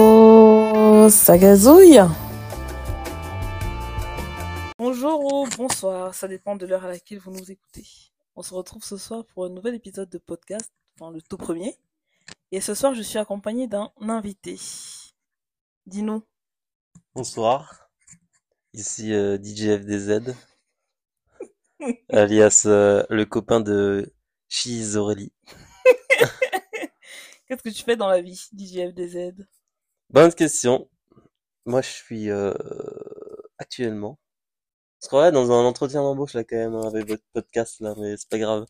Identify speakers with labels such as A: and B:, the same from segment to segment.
A: Hello, ça gazouille Bonjour ou bonsoir, ça dépend de l'heure à laquelle vous nous écoutez. On se retrouve ce soir pour un nouvel épisode de podcast, enfin le tout premier. Et ce soir, je suis accompagnée d'un invité. Dis-nous.
B: Bonsoir, ici euh, DJFDZ, alias euh, le copain de Cheese Aurélie.
A: Qu'est-ce que tu fais dans la vie, DJFDZ
B: Bonne question. Moi, je suis euh, actuellement. Parce qu'on est dans un entretien d'embauche là quand même hein, avec votre podcast là, mais c'est pas grave.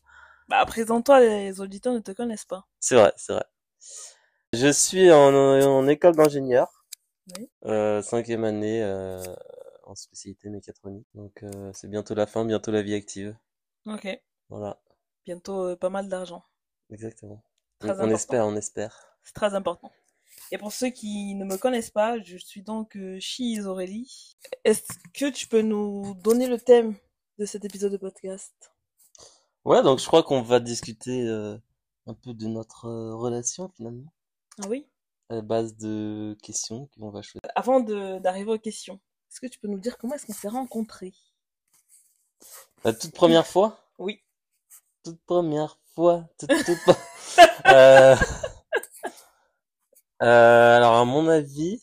A: Bah, présente-toi, les auditeurs ne te connaissent pas.
B: C'est vrai, c'est vrai. Je suis en, en école d'ingénieur,
A: Oui.
B: euh, cinquième année euh, en spécialité mécatronique. Donc euh, c'est bientôt la fin, bientôt la vie active.
A: Ok,
B: Voilà,
A: bientôt euh, pas mal d'argent.
B: exactement.
A: Très
B: on on
A: important.
B: espère, on espère.
A: C'est très important. Et pour ceux qui ne me connaissent pas, je suis donc euh, Chiz Aurélie. Est-ce que tu peux nous donner le thème de cet épisode de podcast
B: Ouais, donc je crois qu'on va discuter euh, un peu de notre euh, relation finalement,
A: Ah oui
B: à la base de questions qu'on va choisir.
A: Avant de- d'arriver aux questions, est-ce que tu peux nous dire comment est-ce qu'on s'est rencontrés
B: La toute première fois,
A: Oui.
B: toute première fois, toute, toute... Euh, euh, alors à mon avis,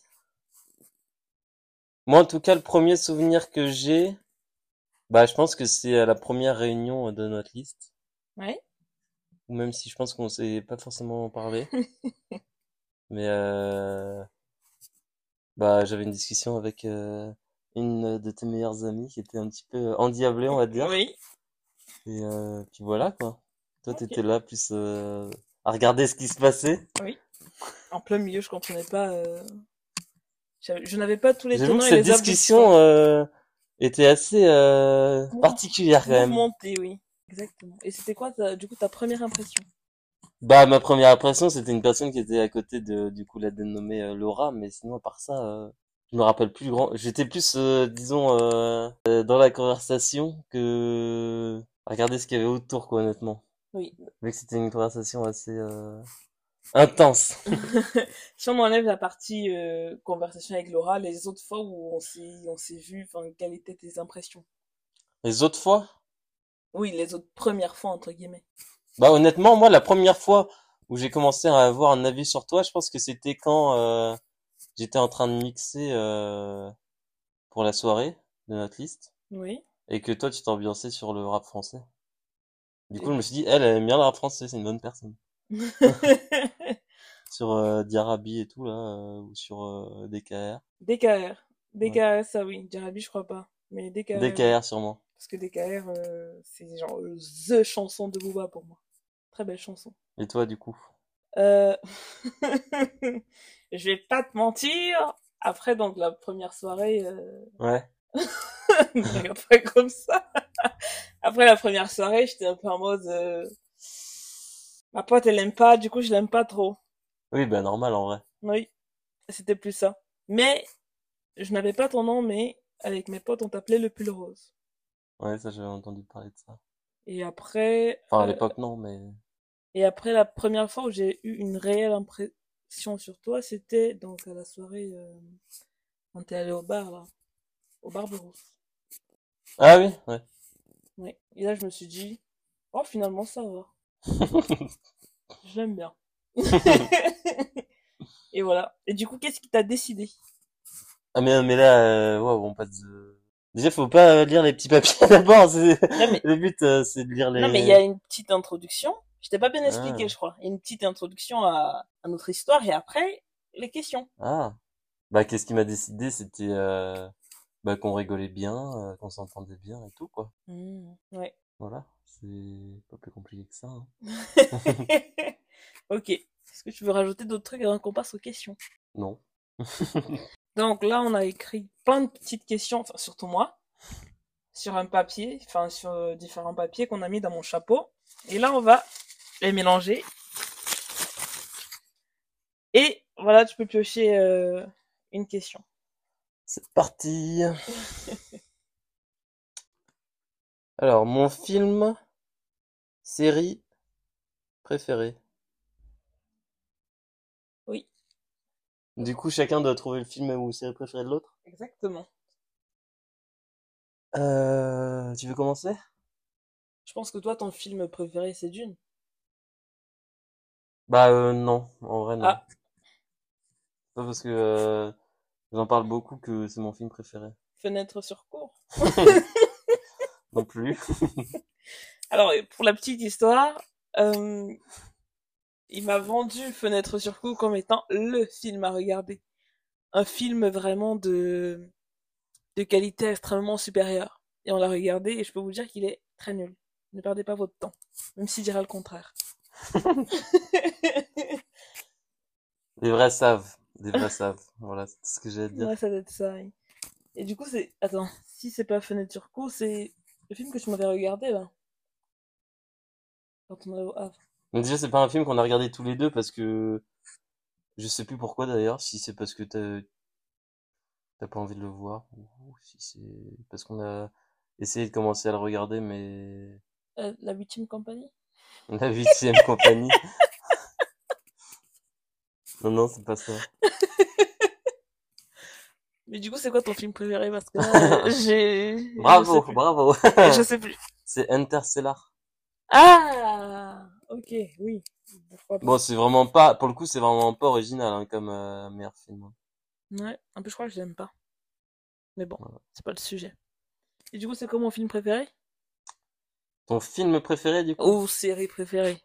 B: moi en tout cas le premier souvenir que j'ai, bah je pense que c'est à la première réunion euh, de notre liste,
A: Ouais.
B: ou même si je pense qu'on s'est pas forcément parlé, mais euh, Bah, j'avais une discussion avec euh, une de tes meilleures amies qui était un petit peu endiablée, on va dire.
A: Oui.
B: Et euh, puis voilà, quoi. Toi,
A: Ok.
B: t'étais là plus euh, à regarder ce qui se passait.
A: En plein milieu, je comprenais pas. euh, j'avais- Je n'avais pas tous les
B: J'avoue que
A: tenants et
B: cette
A: les
B: discussion
A: aboutissants.
B: euh, était assez euh, particulière quand même.
A: Mouvementés, oui. Exactement. Et c'était quoi, ta- du coup, ta première impression
B: Bah, ma première impression, c'était une personne qui était à côté de, du coup, la dénommée euh, Laura, mais sinon, à part ça, euh, je me rappelle plus grand. J'étais plus, euh, disons, euh, euh, dans la conversation que à regarder ce qu'il y avait autour, quoi, honnêtement.
A: Oui.
B: Vu que c'était une conversation assez euh, intense.
A: Si on enlève la partie euh, conversation avec Laura, les autres fois où on s'est on s'est vu, enfin, quelles étaient tes impressions?
B: Les autres fois,
A: Oui, les autres premières fois entre guillemets.
B: bah honnêtement, moi, la première fois où j'ai commencé à avoir un avis sur toi, je pense que c'était quand euh, j'étais en train de mixer euh, pour la soirée de notre liste
A: Oui.
B: et que toi, tu t'es ambiancé sur le rap français. Du coup,
A: Et-
B: je me suis dit, elle, elle aime bien le rap français, c'est une bonne personne. Sur euh, Diarabi et tout, là, euh, ou sur euh, DKR.
A: DKR.
B: Ouais.
A: DKR, ça oui. Jarabi, je crois pas. Mais DKR, oui.
B: DKR, sûrement.
A: Parce que DKR, euh, c'est genre euh, THE chanson de Booba pour moi. Très belle chanson.
B: Et toi, du coup?
A: Euh... Je vais pas te mentir. Après, donc, la première soirée, euh,
B: Ouais.
A: ne me regarde pas comme ça. Après la première soirée, j'étais un peu en mode, euh, ma pote elle aime pas, du coup je l'aime pas trop.
B: Oui, bah normal, en vrai.
A: Oui, c'était plus ça. Mais je n'avais pas ton nom, mais avec mes potes on t'appelait le pull rose.
B: Ouais, ça, j'avais entendu parler de ça.
A: Et après,
B: Enfin, à
A: euh,
B: l'époque, non, mais...
A: et après la première fois où j'ai eu une réelle impression sur toi, c'était donc à la soirée euh, quand t'es allé au bar là, au Barberousse.
B: Ah oui, ouais.
A: Oui. Et là je me suis dit, oh finalement ça va, j'aime bien. Et voilà. Et du coup, qu'est-ce qui t'a décidé
B: Ah mais, mais là, euh, waouh, on passe de... Déjà, faut pas euh, lire les petits papiers d'abord. c'est-
A: Non mais
B: Le but, euh, c'est de lire les...
A: non mais il y a une petite introduction. Je t'ai pas bien expliqué,
B: Ah,
A: je crois. Il y a une petite introduction à, à notre histoire et après les questions.
B: ah. Bah, qu'est-ce qui m'a décidé? C'était euh, bah, qu'on rigolait bien, euh, qu'on s'entendait bien et tout, quoi.
A: Mmh, ouais.
B: Voilà, c'est pas plus compliqué que ça. hein.
A: ok. Est-ce que tu veux rajouter d'autres trucs avant qu'on passe aux questions
B: Non.
A: Donc là, on a écrit plein de petites questions, enfin surtout moi, sur un papier, enfin sur euh, différents papiers qu'on a mis dans mon chapeau. Et là, on va les mélanger. Et voilà, tu peux piocher euh, une question.
B: C'est parti. Alors, mon film, série préférée.
A: Oui.
B: Du coup, chacun doit trouver le film ou série préférée de l'autre.
A: Exactement.
B: Euh, tu veux commencer?
A: Je pense que toi, ton film préféré, c'est Dune.
B: Bah euh, non, en vrai non.
A: Ah,
B: Pas parce que euh, j'en parle beaucoup que c'est mon film préféré.
A: Fenêtre sur cour.
B: Non plus.
A: Alors, et pour la petite histoire, euh, il m'a vendu Fenêtre sur cour comme étant le film à regarder. Un film vraiment de, de qualité extrêmement supérieure. Et on l'a regardé et je peux vous dire qu'il est très nul. Ne perdez pas votre temps, même s'il dira le contraire.
B: Des vrais savent. Des vrais savent. Voilà, c'est tout ce que j'ai à dire.
A: Ouais, ça doit être ça. oui. Et du coup, c'est. Attends, si c'est pas Fenêtre sur cour, c'est le film que tu m'avais regardé là. Quand on allait au Havre.
B: Mais déjà, c'est pas un film qu'on a regardé tous les deux parce que je sais plus pourquoi d'ailleurs, si c'est parce que t'as t'as pas envie de le voir ou si c'est parce qu'on a essayé de commencer à le regarder mais
A: Euh, la huitième compagnie?
B: la huitième compagnie. Non, non, c'est pas ça.
A: Mais du coup, c'est quoi ton film préféré? Parce que là, euh, j'ai.
B: Bravo,
A: Je sais plus.
B: bravo.
A: Je sais plus.
B: C'est Interstellar.
A: Ah! Ok, oui. Pourquoi pas.
B: Bon, c'est vraiment pas, pour le coup, c'est vraiment pas original hein, comme euh, meilleur film.
A: Ouais, un peu, je crois que je l'aime pas. Mais bon, c'est pas le sujet. Et du coup, c'est quoi mon film préféré?
B: Ton film préféré, du coup?
A: Ou série préférée?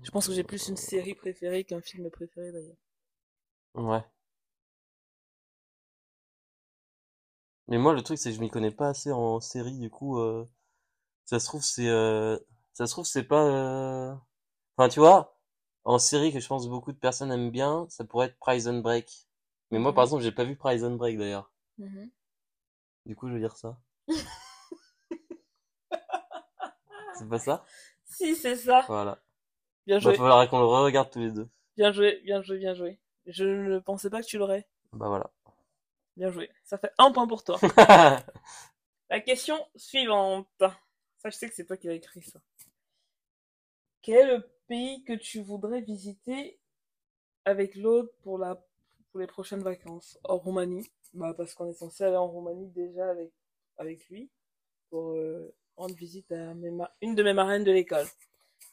A: Je pense que j'ai plus une série préférée qu'un film préféré d'ailleurs.
B: Ouais. Mais moi, le truc, c'est que je m'y connais pas assez en série, du coup, euh, ça se trouve, c'est, euh, ça se trouve, c'est pas, euh, enfin, tu vois, en série que je pense beaucoup de personnes aiment bien, ça pourrait être Prison Break. Mais moi, par
A: Mhm.
B: exemple, j'ai pas vu Prison Break, d'ailleurs. Du coup, je veux dire ça. C'est pas ça?
A: Si, c'est ça.
B: Voilà.
A: Bien
B: Bah,
A: joué,
B: falloir qu'on le re-regarde tous les deux.
A: bien joué, bien joué, bien joué. Je ne pensais pas que tu l'aurais.
B: Bah voilà.
A: Bien joué. Ça fait un point pour toi. La question suivante. Ça, je sais que c'est toi qui l'as écrit ça. Quel est le pays que tu voudrais visiter avec l'autre pour la pour les prochaines vacances En Roumanie, bah parce qu'on est censé aller en Roumanie déjà avec avec lui pour euh, rendre visite à mes ma- une de mes marraines de l'école.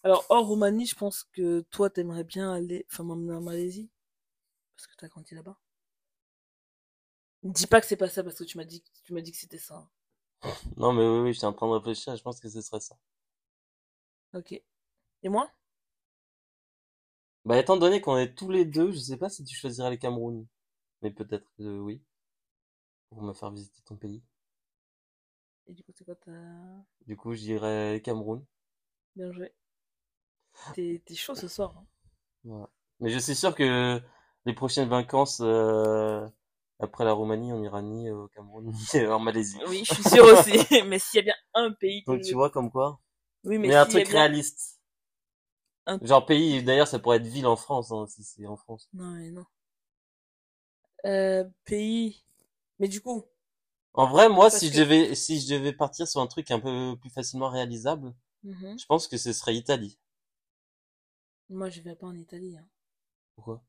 A: Alors en Roumanie, je pense que toi t'aimerais bien aller, enfin m'emmener en Malaisie parce que t'as grandi là-bas. Ne dis pas que c'est pas ça parce que tu m'as dit tu m'as dit que c'était ça. hein.
B: Non, mais oui, oui, j'étais en train de réfléchir, je pense que ce serait ça.
A: Ok. Et moi?
B: Bah, étant donné qu'on est tous les deux, je sais pas si tu choisirais le Cameroun. Mais peut-être que oui, pour me faire visiter ton pays.
A: Et du coup, c'est quoi ta...
B: Du coup, j'irais Cameroun.
A: Bien joué. T'es t'es chaud ce soir. hein.
B: Voilà. Mais je suis sûr que les prochaines vacances, euh, après la Roumanie, on ira ni au Cameroun, ni en Malaisie.
A: Oui, je suis sûre aussi. Mais s'il y a bien un pays que
B: Donc,
A: je
B: tu
A: veux...
B: vois, comme quoi.
A: Oui, Mm. mais
B: Mais un
A: s'il y a
B: truc
A: bien...
B: réaliste.
A: Un-
B: Genre pays, d'ailleurs, ça pourrait être ville en France, hein, si c'est en France.
A: Non, mais non. Euh, pays... Mais du coup,
B: En vrai, moi,
A: Parce
B: si
A: que-
B: je devais, si je devais partir sur un truc un peu plus facilement réalisable,
A: mhm,
B: je pense que ce serait Italie.
A: Moi, je vais pas en Italie. hein.
B: Pourquoi?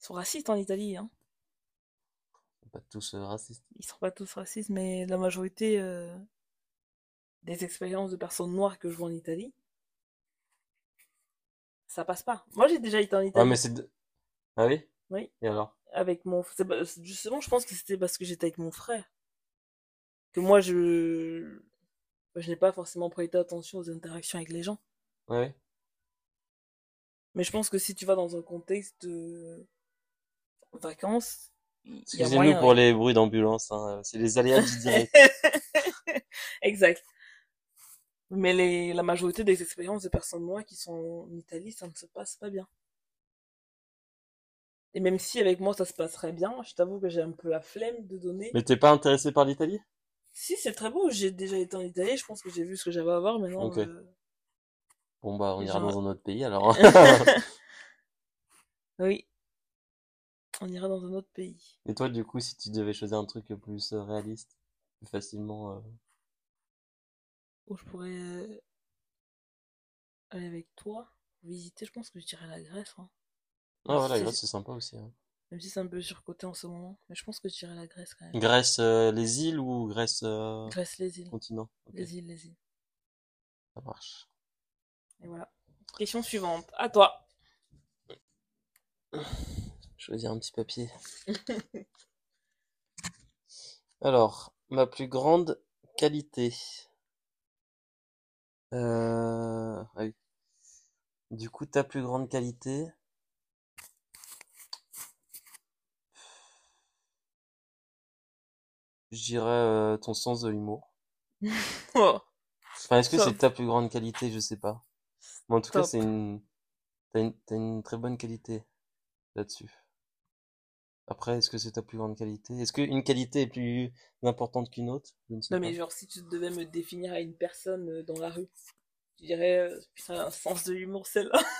A: Ils sont racistes en Italie. Hein.
B: Pas tous euh, racistes.
A: Ils sont pas tous racistes, mais la majorité euh, des expériences de personnes noires que je vois en Italie, ça passe pas. Moi, j'ai déjà été en
B: Ah,
A: Italie.
B: mais c'est de... Ah oui?
A: Oui.
B: Et alors?
A: avec mon c'est pas- c'est- justement je pense que c'était parce que j'étais avec mon frère que moi je je n'ai pas forcément prêté attention aux interactions avec les gens
B: Ouais, ouais.
A: mais je pense que si tu vas dans un contexte de vacances il y a
B: Excusez-nous
A: moyen
B: pour les bruits d'ambulance, hein, euh, C'est les aléas du direct.
A: exact mais les, la majorité des expériences de personnes noires qui sont en Italie ça ne se passe pas bien et même si avec moi ça se passerait bien je t'avoue que j'ai un peu la flemme de donner
B: Mais t'es pas intéressé par l'Italie?
A: Si, c'est très beau. J'ai déjà été en Italie. Je pense que j'ai vu ce que j'avais à voir. Maintenant,
B: Ok.
A: euh,
B: Bon, bah, on
A: Les
B: ira
A: gens-
B: dans un autre pays, alors.
A: oui, on ira dans un autre pays.
B: Et toi, du coup, si tu devais choisir un truc plus euh, réaliste, plus facilement, euh,
A: Où je pourrais. euh, aller avec toi visiter, je pense que je dirais la Grèce. hein.
B: Ah voilà,
A: C'est-
B: Grèce, c'est sympa aussi. hein.
A: Même si c'est un peu surcoté en ce moment, mais je pense que je dirais la Grèce quand même.
B: Grèce, euh, les îles ou Grèce, euh,
A: Grèce, les îles.
B: continent? Ok,
A: Les îles, les îles.
B: ça marche.
A: Et voilà. Question suivante. À toi.
B: Choisir un petit papier. Alors, ma plus grande qualité. Euh, ah oui. Du coup, ta plus grande qualité. Je dirais euh, ton sens de l'humour.
A: Oh,
B: Enfin, est-ce que
A: Top.
B: c'est ta plus grande qualité? Je sais pas. Mais en tout cas,
A: Top.
B: c'est une... T'as une... t'as une très bonne qualité là-dessus. Après, est-ce que c'est ta plus grande qualité? Est-ce qu'une qualité est plus importante qu'une autre? Je ne sais
A: Non,
B: pas.
A: mais genre, si tu devais me définir à une personne euh, dans la rue, je dirais, euh, putain, un sens de l'humour, celle-là.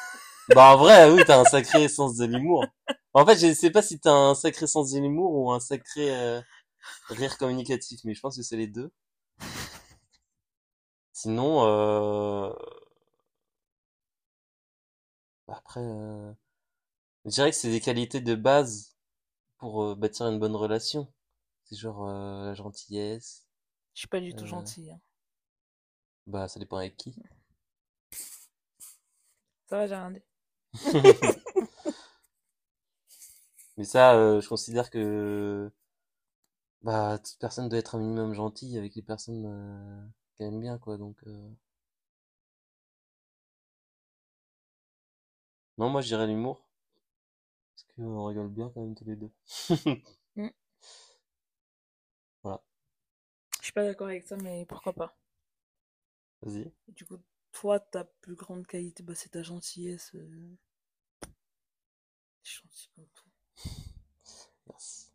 B: Bah, en vrai, oui, t'as un sacré sens de l'humour. En fait, je sais pas si t'as un sacré sens de l'humour ou un sacré euh, rire communicatif, mais je pense que c'est les deux. Sinon, euh... après, euh, je dirais que c'est des qualités de base pour euh, bâtir une bonne relation. C'est genre euh, la gentillesse,
A: Je suis pas du tout
B: Euh.
A: gentille. hein.
B: bah ça dépend avec qui.
A: Ça va, j'ai rien dit.
B: Mais ça, euh, je considère que bah toute personne doit être un minimum gentille avec les personnes euh, qu'elle aime bien, quoi. Donc euh. non, moi je dirais l'humour parce qu'on rigole bien quand même tous les deux.
A: Je suis pas d'accord avec ça, mais pourquoi pas.
B: Vas-y.
A: Du coup, toi, ta plus grande qualité, bah, c'est ta gentillesse. euh. Je suis gentille comme tout.
B: Merci.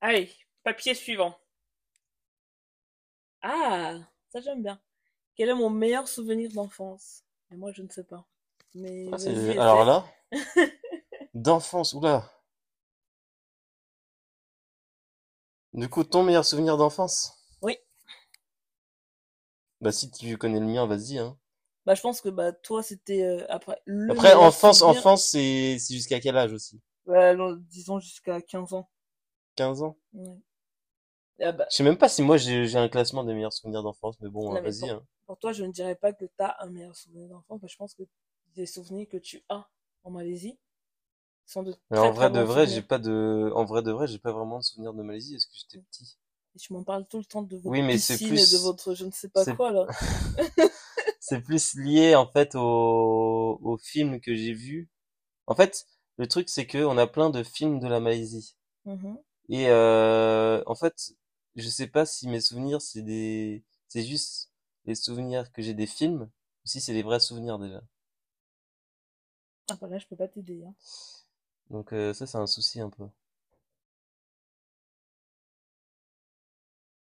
A: Allez, papier suivant. Ah, ça j'aime bien. Quel est mon meilleur souvenir d'enfance? Mais moi, je ne sais pas. Mais
B: Ah, c'est-
A: vas-y,
B: Alors
A: essaie.
B: là, d'enfance, oula. Du coup, ton meilleur souvenir d'enfance?
A: Oui.
B: Bah, si tu connais le mien, vas-y, hein.
A: Bah, je pense que bah toi, c'était euh, après le
B: Après,
A: meilleur
B: enfance,
A: souvenir.
B: enfance, c'est c'est jusqu'à quel âge aussi?
A: Bah, allons- disons jusqu'à 15 ans.
B: 15 ans?
A: Ouais. Ah bah,
B: Je sais même pas si moi j'ai j'ai un classement des meilleurs souvenirs d'enfance, mais bon,
A: Non,
B: hein,
A: mais
B: vas-y,
A: bon.
B: hein.
A: pour toi, je ne dirais pas que tu as un meilleur souvenir d'enfance, mais je pense que des souvenirs que tu as en Malaisie sont de
B: Mais
A: très,
B: en
A: très
B: vrai de
A: bons
B: vrai, j'ai
A: souvenirs.
B: pas de, en vrai de vrai, j'ai pas vraiment de souvenirs de Malaisie parce que j'étais petit.
A: Et tu m'en parles tout le temps de votre
B: Oui, mais c'est
A: piscine et de
B: plus-
A: votre je ne sais pas
B: c'est-
A: quoi là.
B: C'est plus lié en fait au, au film que j'ai vu. En fait, le truc c'est que on a plein de films de la Malaisie.
A: Mhm.
B: Et euh, en fait, je sais pas si mes souvenirs c'est des, c'est juste les souvenirs que j'ai des films ou si c'est les vrais souvenirs déjà.
A: Ah bah là, je peux pas t'aider. Hein.
B: Donc euh, ça c'est un souci un peu.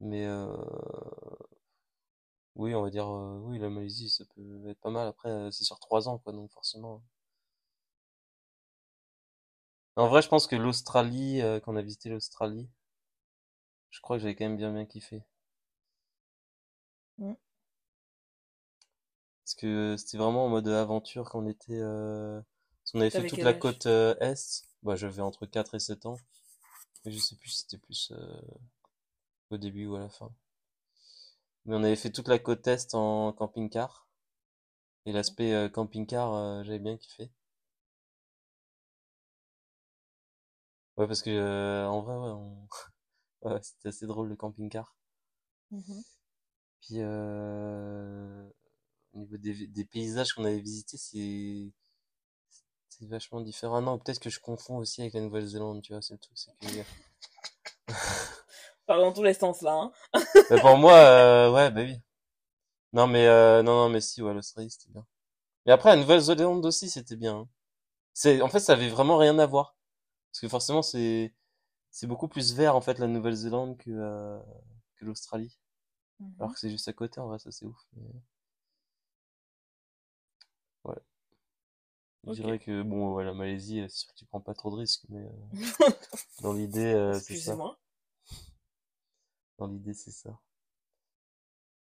B: Mais euh, oui, on va dire euh, oui la Malaisie ça peut être pas mal. Après euh, c'est sur trois ans quoi donc forcément. En vrai, je pense que l'Australie, euh, quand on a visité l'Australie. Je crois que j'avais quand même bien bien kiffé.
A: Mm.
B: Parce que c'était vraiment en mode aventure quand on était... Euh... parce qu'on avait fait
A: T'avais
B: toute
A: quel
B: la
A: âge
B: côte euh, est. Bah, j'avais entre 4 et 7 ans. Mais je sais plus si c'était plus euh, au début ou à la fin. Mais on avait fait toute la côte est en camping-car. Et l'aspect euh, camping-car, euh, j'avais bien kiffé. Ouais, parce que euh, en vrai, ouais, on- ouais, c'était assez drôle le camping-car.
A: Mhm.
B: Puis euh, au niveau des, des paysages qu'on avait visités, c'est c'est vachement différent. Ah non, peut-être que je confonds aussi avec la Nouvelle-Zélande, tu vois, c'est le truc, c'est que
A: Parle dans tous les sens là. Hein.
B: Bah, pour moi, euh, ouais, bah oui. Non mais euh, non non mais si, ouais, l'Australie c'était bien. Mais après la Nouvelle-Zélande aussi c'était bien. hein. C'est en fait ça avait vraiment rien à voir parce que forcément c'est c'est beaucoup plus vert en fait la Nouvelle-Zélande que euh, que l'Australie. Alors que c'est juste à côté en vrai, ça c'est ouf. mais- Je
A: Ok.
B: dirais que bon, ouais, la Malaisie, euh, c'est sûr que tu prends pas trop de risques, mais euh, dans l'idée, euh, c'est ça.
A: Excusez-moi.
B: Dans l'idée, c'est ça.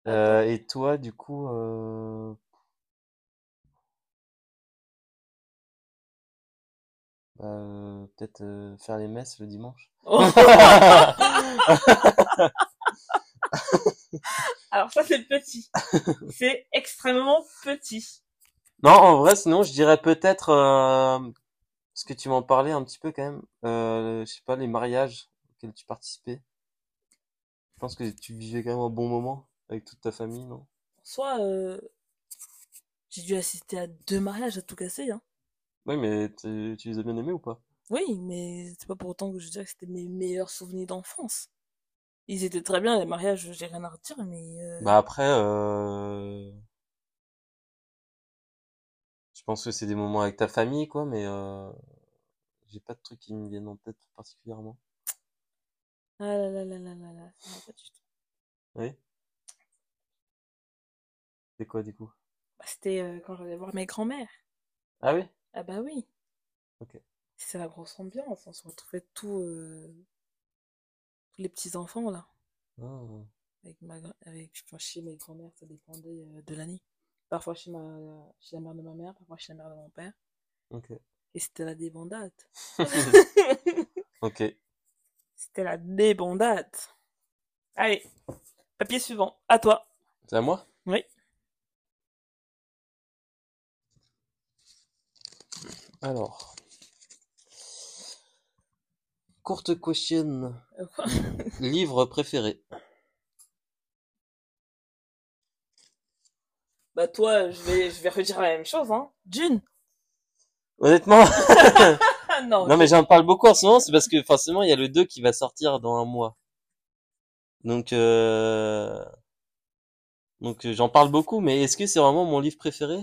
A: À Ah
B: Euh, et toi, du coup, euh, Euh, peut-être euh, faire les messes le dimanche.
A: Alors ça c'est petit. C'est extrêmement petit.
B: Non, en vrai, sinon, je dirais peut-être, euh, parce que tu m'en parlais un petit peu quand même, euh, je sais pas, les mariages auxquels tu participais. Je pense que tu vivais quand même un bon moment avec toute ta famille, non?
A: Soit euh, j'ai dû assister à deux mariages à tout casser. Hein.
B: Oui, mais tu tu les as bien aimés ou pas?
A: Oui, mais c'est pas pour autant que je dirais que c'était mes meilleurs souvenirs d'enfance. Ils étaient très bien, les mariages, j'ai rien à redire, mais euh,
B: Bah après, euh, je pense que c'est des moments avec ta famille, quoi, mais euh, j'ai pas de trucs qui me viennent en tête particulièrement.
A: ah là là là là là là, non, pas du tout.
B: Oui? C'est quoi du coup?
A: Bah, c'était euh, quand j'allais voir mes grands-mères.
B: Ah oui?
A: Ah bah oui.
B: Ok.
A: C'est la grosse ambiance, on se retrouvait tous, euh, tous les petits enfants là,
B: Oh.
A: avec ma gra- avec enfin, chez mes grands-mères, ça dépendait euh, de l'année. Parfois chez ma chez la mère de ma mère, parfois chez la mère de mon père,
B: Ok.
A: et c'était la débandade.
B: Ok.
A: C'était la débandade. Allez, papier suivant, à toi.
B: C'est à moi?
A: Oui.
B: Alors, courte question.
A: Euh, quoi
B: Livre préféré?
A: Bah toi, je vais je vais redire la même chose hein. Dune.
B: Honnêtement,
A: Ah non.
B: non mais
A: Dune.
B: j'en parle beaucoup en ce moment, c'est parce que forcément il y a le 2 qui va sortir dans un mois. Donc euh... donc euh, j'en parle beaucoup, mais est-ce que c'est vraiment mon livre préféré?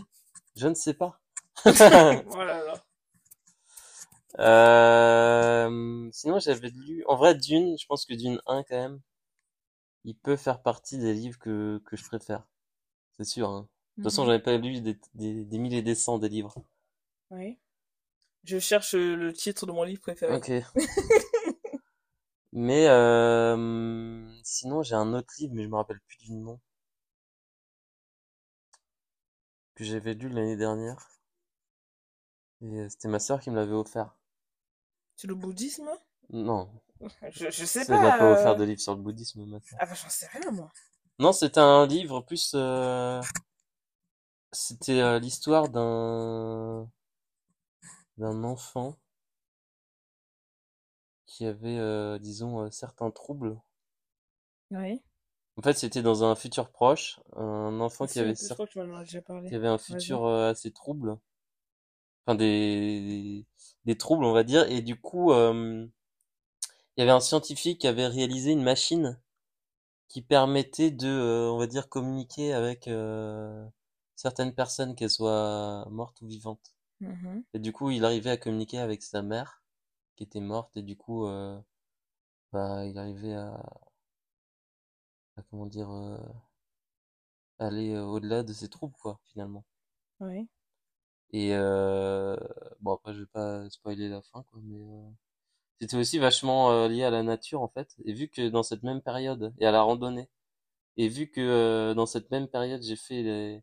B: Je ne sais pas.
A: Oh là là.
B: Euh, Sinon j'avais lu, en vrai Dune, je pense que Dune 1 quand même, il peut faire partie des livres que que je préfère, c'est sûr. Hein. De toute façon
A: Mhm.
B: j'avais pas lu des des, des mille et des cents des livres.
A: Oui. Je cherche euh, le titre de mon livre préféré.
B: Ok. Mais euh, sinon j'ai un autre livre, mais je me rappelle plus du nom. que j'avais lu l'année dernière. Et euh, c'était ma sœur qui me l'avait offert.
A: C'est le bouddhisme?
B: Non,
A: Je, je sais
B: elle m'a pas offert
A: pas. euh,
B: de livre sur le bouddhisme maintenant.
A: Ah bah j'en sais rien moi.
B: Non, c'était un livre plus... euh, C'était euh, l'histoire d'un d'un enfant qui avait, euh, disons, euh, certains troubles.
A: Oui.
B: En fait, c'était dans un futur proche, un enfant qui
A: Si,
B: avait,
A: en plus, je
B: cer-
A: crois que tu m'en as déjà
B: qui
A: parlé.
B: avait un
A: Vas-y.
B: futur euh, assez trouble, enfin des... des troubles, on va dire. Et du coup, euh, il y avait un scientifique qui avait réalisé une machine qui permettait de, euh, on va dire, communiquer avec euh, certaines personnes, qu'elles soient mortes ou vivantes.
A: Mhm.
B: Et du coup, il arrivait à communiquer avec sa mère, qui était morte, et du coup, euh, bah, il arrivait à, à, comment dire, euh, aller euh, au-delà de ses troubles, quoi, finalement.
A: Oui.
B: Et euh, bon, après, je vais pas spoiler la fin, quoi, mais euh, c'était aussi vachement euh, lié à la nature, en fait, et vu que dans cette même période, et à la randonnée, et vu que euh, dans cette même période, j'ai fait les,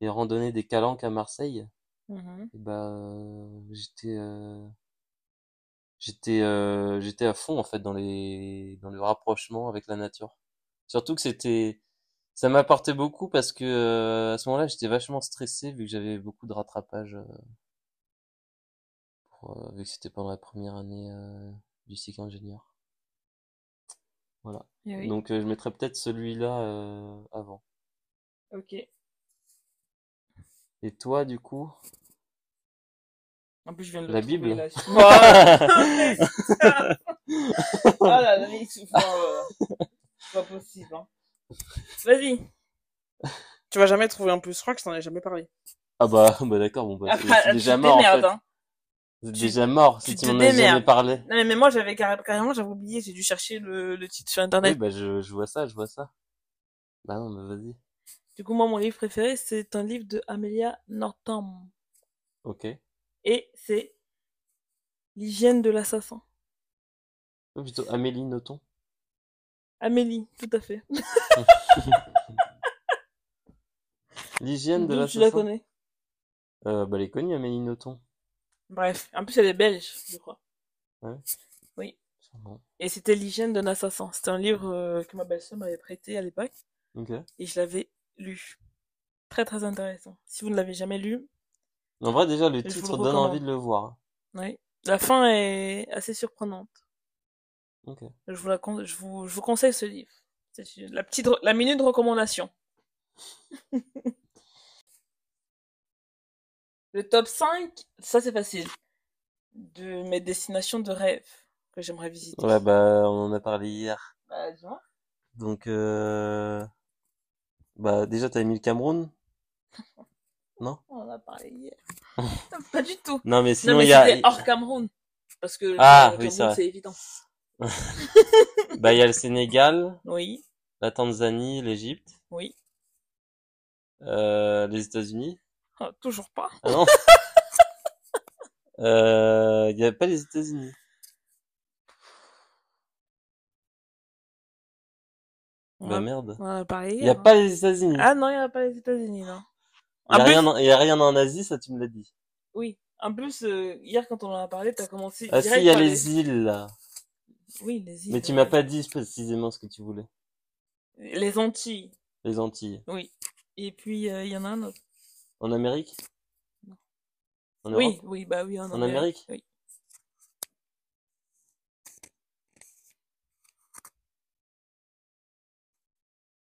B: les randonnées des Calanques à Marseille,
A: Mhm.
B: et bah euh, j'étais euh, j'étais euh, j'étais à fond en fait dans les dans le rapprochement avec la nature. Surtout que c'était ça m'apportait beaucoup parce que euh, à ce moment-là, j'étais vachement stressé vu que j'avais beaucoup de rattrapage euh, pour, euh, vu que c'était pendant la première année euh, du cycle ingénieur. Voilà.
A: Eh oui.
B: Donc euh, je mettrais peut-être celui-là euh, avant.
A: Ok.
B: Et toi du coup,
A: En plus, je viens de le
B: la
A: trouver
B: Bible?
A: là.
B: Ah
A: Voilà. Oh là là, mais il souffre. C'est pas possible. hein. Vas-y. Tu vas jamais trouver en plus. Je crois que je t'en ai jamais parlé.
B: Ah bah, bah d'accord, bon bah
A: Ah,
B: c'est
A: bah,
B: c'est
A: tu
B: déjà
A: te
B: mort en
A: démerdes,
B: fait.
A: hein.
B: Vous êtes
A: Tu-
B: déjà mort
A: tu
B: si tu
A: te
B: m'en as jamais
A: démerdes.
B: parlé.
A: Non, mais mais moi, j'avais carré- carrément, j'avais oublié, j'ai dû chercher le, le titre sur
B: Oui,
A: internet.
B: bah je, je vois ça, je vois ça. Bah non, mais vas-y.
A: Du coup, moi, mon livre préféré, c'est un livre de Amelia Norton.
B: Ok.
A: Et c'est L'hygiène de l'assassin.
B: Ou Oh, plutôt Amélie Nothomb.
A: Amélie, tout à fait.
B: L'hygiène de
A: D'où tu la
B: l'assassin.
A: connais?
B: Euh, bah elle est connue, Amélie Nothomb.
A: Bref, en plus elle est belge, je crois.
B: sûrement.
A: Et c'était L'hygiène d'un assassin. C'était un livre euh, que ma belle-sœur m'avait prêté à l'époque
B: Ok.
A: et je l'avais lu. Très très intéressant. Si vous ne l'avez jamais lu,
B: En vrai, déjà, le
A: Je vous
B: titre
A: le
B: donne
A: recommande.
B: envie de le voir.
A: ouais. la fin est assez surprenante.
B: Ok.
A: Je vous, la con- je vous, je vous conseille ce livre. C'est une- la petite, re- la minute recommandation. Le top 5, ça c'est facile. De mes destinations de rêve que j'aimerais visiter.
B: Ouais, bah, on en a parlé hier.
A: Bah, dis-moi.
B: Donc, euh... bah, déjà, t'as mis le Cameroun.
A: on en a parlé hier. Pas du tout.
B: Non, mais
A: non,
B: sinon,
A: mais
B: il y a,
A: c'était hors Cameroun. Parce que le
B: Ah, oui,
A: Cameroun,
B: c'est vrai.
A: c'est évident.
B: bah, il y a le Sénégal,
A: Oui,
B: la Tanzanie, l'Égypte,
A: oui.
B: euh, les États-Unis.
A: Ah, toujours pas.
B: Ah non. Euh, il y a pas les États-Unis.
A: On
B: Bah,
A: en a-
B: merde.
A: on en a parlé
B: Il y a
A: hier, hein.
B: pas les États-Unis.
A: Ah non, il n'y a pas les États-Unis, non.
B: Il y
A: En
B: a
A: plus-
B: rien, en- il y a rien en Asie, ça, tu me l'as dit.
A: Oui. En plus, euh, hier, quand on en a parlé, t'as commencé.
B: Ah si,
A: direct
B: il y a
A: par
B: les îles, là.
A: Oui, les îles.
B: Mais tu m'as pas dit précisément ce que tu voulais.
A: Les Antilles,
B: Les Antilles.
A: oui. Et puis, euh, il y en a un autre.
B: En Amérique? En Europe?
A: Oui, oui, bah oui, en,
B: En Amérique
A: Oui.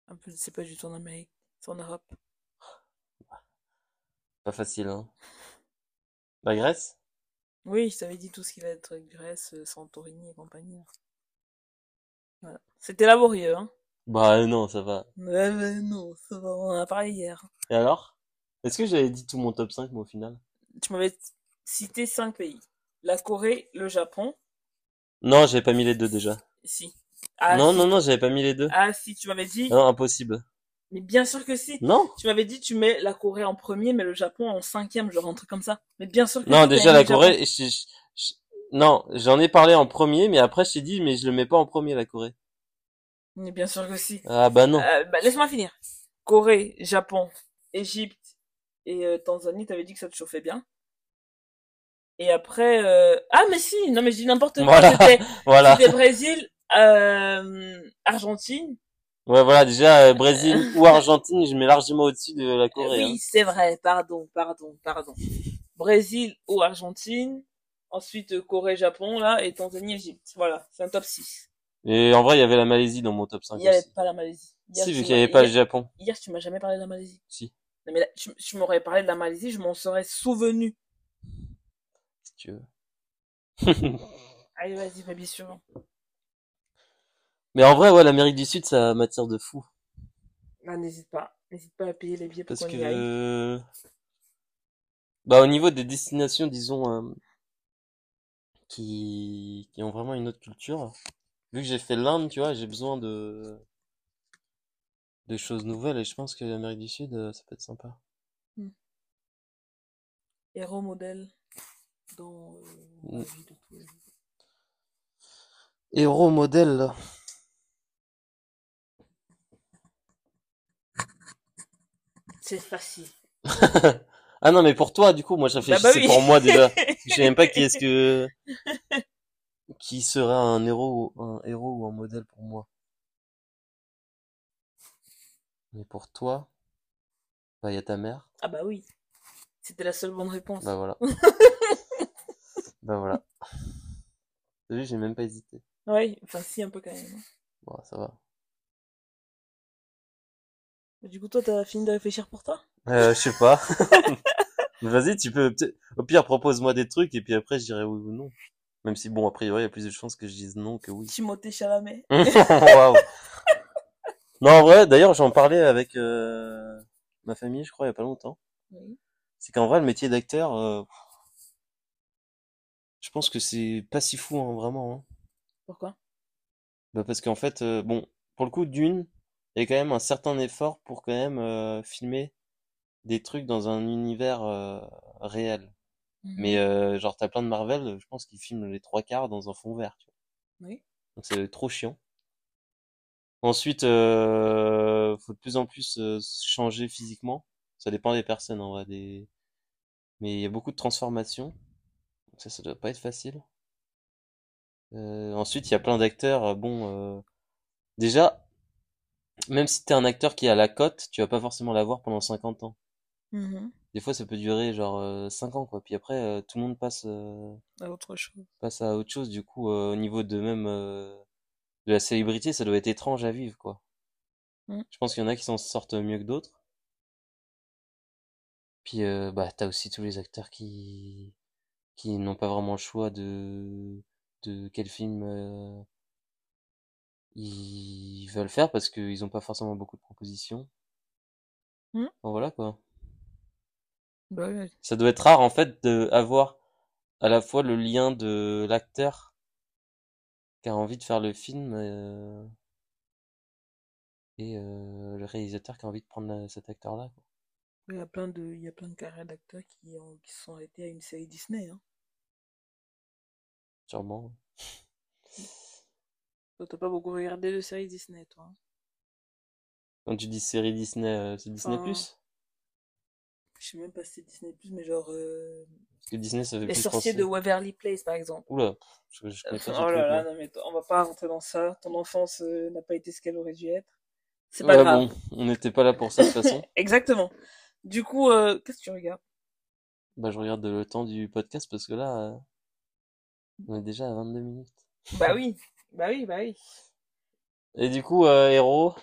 A: En plus, c'est pas du tout en Amérique, c'est en Europe.
B: Pas facile, hein. La Grèce?
A: Oui, je t'avais dit tout ce qui va être Grèce, euh, Santorini et compagnie. Voilà. C'était laborieux, hein.
B: Bah euh, non, ça va.
A: Ouais, mais non, ça va, on en a parlé hier.
B: Et alors? Est-ce que j'avais dit tout mon top 5, moi, au final?
A: Tu m'avais cité cinq pays. La Corée, le Japon,
B: Non, j'avais pas mis les deux déjà.
A: si. Ah,
B: Non,
A: si.
B: non, non, j'avais pas mis les deux.
A: Ah si, tu m'avais dit.
B: Ah Non, impossible.
A: Mais bien sûr que si.
B: Non?
A: Tu m'avais dit tu mets la Corée en premier, mais le Japon en cinquième, genre un truc comme ça. Mais bien sûr que
B: Non,
A: si, t'as
B: déjà,
A: mis
B: la
A: le Japon.
B: Corée, je- je- je- non, j'en ai parlé en premier, mais après, je t'ai dit, mais je le mets pas en premier, la Corée.
A: Mais bien sûr que si.
B: Ah, bah non.
A: Euh, bah, laisse-moi finir. Corée, Japon, Égypte et euh, Tanzanie, t'avais dit que ça te chauffait bien. Et après, euh, ah mais si, non mais je dis n'importe quoi.
B: Voilà.
A: C'était,
B: Voilà.
A: c'était Brésil, euh, Argentine.
B: Ouais, voilà, déjà, euh, Brésil ou Argentine, je mets largement au-dessus de la
A: Euh,
B: Corée.
A: oui, c'est vrai. Pardon, pardon, pardon. Brésil ou Argentine. Ensuite euh, Corée, Japon là et Tanzanie, Égypte. Voilà, c'est un top 6.
B: hein. Et en vrai, il y avait la Malaisie dans mon top 5
A: Il n'y avait
B: aussi.
A: pas la Malaisie. Hier,
B: Si, vu
A: tu
B: qu'il y avait
A: m'as-
B: pas le
A: hier,
B: Japon.
A: hier, tu m'as jamais parlé de la Malaisie.
B: Si,
A: Non, mais là, tu, tu m'aurais parlé de la Malaisie, je m'en serais souvenu.
B: si tu veux.
A: Allez, vas-y, Fabi, suivant.
B: Mais en vrai, ouais, l'Amérique du Sud, ça m'attire de fou.
A: Ah, n'hésite pas. N'hésite pas à payer les billets pour
B: Parce
A: qu'on
B: que,
A: y aille.
B: euh, bah, au niveau des destinations, disons, euh, qui, qui ont vraiment une autre culture, vu que j'ai fait l'Inde, tu vois, j'ai besoin de, de choses nouvelles et je pense que l'Amérique du Sud, euh, ça peut être sympa.
A: Héros modèle dans euh, la
B: Mm.
A: vie de tous les jours.
B: Héros modèle, là.
A: C'est facile.
B: Ah non, mais pour toi, du coup, moi, je
A: Bah,
B: réfléchissais
A: bah oui.
B: pour moi déjà. Je sais même pas qui est-ce que, qui serait un héros, ou- un héros ou un modèle pour moi. Mais pour toi, bah, il y a ta mère.
A: Ah, bah oui. C'était la seule bonne réponse.
B: Bah voilà. bah voilà. T'as vu, j'ai même pas hésité.
A: Ouais, enfin, si, un peu quand même. hein.
B: Bon, ça va.
A: Du coup, toi, t'as fini de réfléchir pour toi?
B: Euh, je sais pas. Mais Vas-y, tu peux. peut-être- Au pire, propose-moi des trucs et puis après, je dirai oui ou non. Même si, bon, a priori, il y a plus de chances que je dise non que oui.
A: Timothée Chalamet.
B: Oh, Waouh. Non, en vrai, d'ailleurs, j'en parlais avec euh, ma famille, je crois, il y a pas longtemps.
A: Oui.
B: C'est qu'en vrai, le métier d'acteur, euh, je pense que c'est pas si fou, hein, vraiment. hein.
A: Pourquoi?
B: Bah parce qu'en fait, euh, bon, pour le coup, d'une, il y a quand même un certain effort pour quand même euh, filmer des trucs dans un univers euh, réel. Mais euh, genre, t'as plein de Marvel, je pense qu'ils filment les trois quarts dans un fond vert, tu vois.
A: Oui.
B: Donc c'est trop chiant. Ensuite, euh, faut de plus en plus euh, changer physiquement. Ça dépend des personnes, en vrai, des... Mais il y a beaucoup de transformations. ça, ça doit pas être facile. Euh, ensuite, il y a plein d'acteurs. euh, Bon, euh, déjà, même si t'es un acteur qui a la cote, tu vas pas forcément l'avoir pendant 50 ans.
A: Mhm.
B: Des fois, ça peut durer genre euh, 5 ans, quoi. Puis après, euh, tout le monde passe, euh,
A: À autre chose.
B: passe à autre chose. Du coup, euh, au niveau de même euh, de la célébrité, ça doit être étrange à vivre, quoi.
A: Mm.
B: Je pense qu'il y en a qui s'en sortent mieux que d'autres. Puis, euh, bah, t'as aussi tous les acteurs qui qui n'ont pas vraiment le choix de de quel film euh, ils veulent faire parce qu'ils n'ont pas forcément beaucoup de propositions.
A: Hmm.
B: Bon, voilà quoi.
A: Bah oui,
B: Ça doit être rare en fait d'avoir à la fois le lien de l'acteur qui a envie de faire le film euh, et euh, le réalisateur qui a envie de prendre la- cet acteur-là. quoi.
A: il y a plein de, il y a plein de carrières d'acteurs qui ont, qui se sont arrêtés à une série Disney, hein.
B: Sûrement.
A: Toi, t'as pas beaucoup regardé de séries Disney, toi. hein.
B: Quand tu dis série Disney, euh, c'est Disney+.
A: Enfin,
B: Parce
A: je sais même pas si c'est Disney+, mais genre, euh,
B: que Disney, ça fait
A: Les
B: plus
A: sorciers de
B: penser.
A: Waverly Place, par exemple.
B: Oula, je, je connais pas du
A: Oh
B: truc
A: là là,
B: moi.
A: non mais toi, on va pas rentrer dans ça. Ton enfance euh, n'a pas été ce qu'elle aurait dû être. C'est pas
B: Ah Ouais,
A: grave.
B: bon, on n'était pas là pour ça de toute façon.
A: Exactement. Du coup, euh, qu'est-ce que tu regardes?
B: Bah, je regarde le temps du podcast parce que là, euh, on est déjà à 22 minutes.
A: Bah oui, bah oui, bah oui.
B: Et du coup, euh, héros,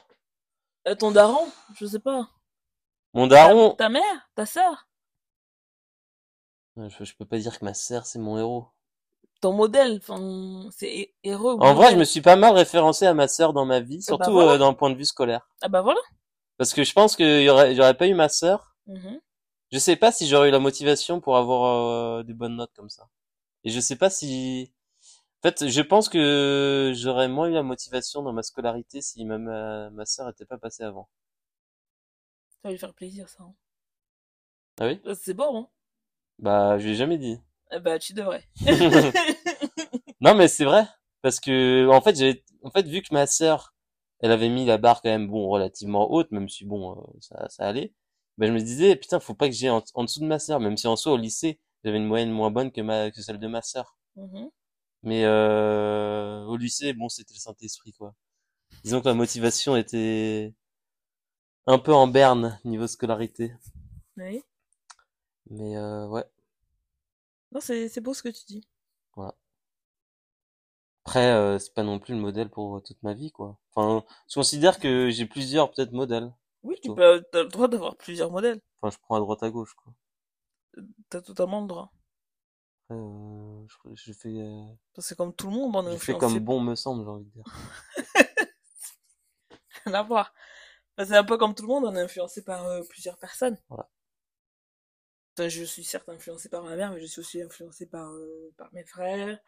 A: Euh, ton daron, je sais pas.
B: mon
A: Ta,
B: daron,
A: ta mère, ta sœur,
B: Euh, Je, je peux pas dire que ma sœur, c'est mon héros.
A: ton modèle, enfin, c'est hé- héros ou
B: En vrai, je me
A: modèle.
B: suis pas mal référencé à ma sœur dans ma vie,
A: Ah bah
B: surtout
A: voilà.
B: euh, d'un point de vue scolaire.
A: Ah bah voilà.
B: Parce que je pense que y aurait, j'aurais pas eu ma sœur.
A: Mhm.
B: Je sais pas si j'aurais eu la motivation pour avoir euh, des bonnes notes comme ça. Et je sais pas si... En fait, je pense que j'aurais moins eu la motivation dans ma scolarité si ma, ma, ma sœur était pas passée avant.
A: Ça va lui faire plaisir, ça. hein.
B: Ah oui?
A: Euh, C'est bon, hein?
B: Bah, je l'ai jamais dit.
A: Ah bah tu devrais.
B: Non, mais c'est vrai. Parce que, en fait, j'ai, en fait, vu que ma sœur, elle avait mis la barre quand même, bon, relativement haute, même si bon, euh, ça, ça allait, ben, je me disais, putain, faut pas que j'ai en, en dessous de ma sœur, même si en soi, au lycée, j'avais une moyenne moins bonne que ma, que celle de ma sœur.
A: Mhm.
B: Mais, euh, au lycée, bon, c'était le Saint-Esprit, quoi. Disons que la motivation était un peu en berne, niveau scolarité.
A: Oui.
B: Mais, euh, ouais,
A: Non, c'est c'est beau ce que tu dis.
B: voilà. Après, euh, c'est pas non plus le modèle pour toute ma vie, quoi. Enfin, je considère que j'ai plusieurs, peut-être, modèles,
A: Oui, tu
B: plutôt.
A: peux, t'as le droit d'avoir plusieurs modèles.
B: Enfin, je prends à droite à gauche, quoi.
A: T'as totalement le droit.
B: Après, euh, je, je fais, euh,
A: Parce que comme tout le monde, on est
B: je fais comme
A: influencé
B: bon me semble, j'ai envie de dire.
A: rien à voir. Enfin, c'est un peu comme tout le monde, on est influencé par euh, plusieurs personnes.
B: Voilà.
A: Enfin, je suis certes influencé par ma mère, mais je suis aussi influencé par, euh, par mes frères,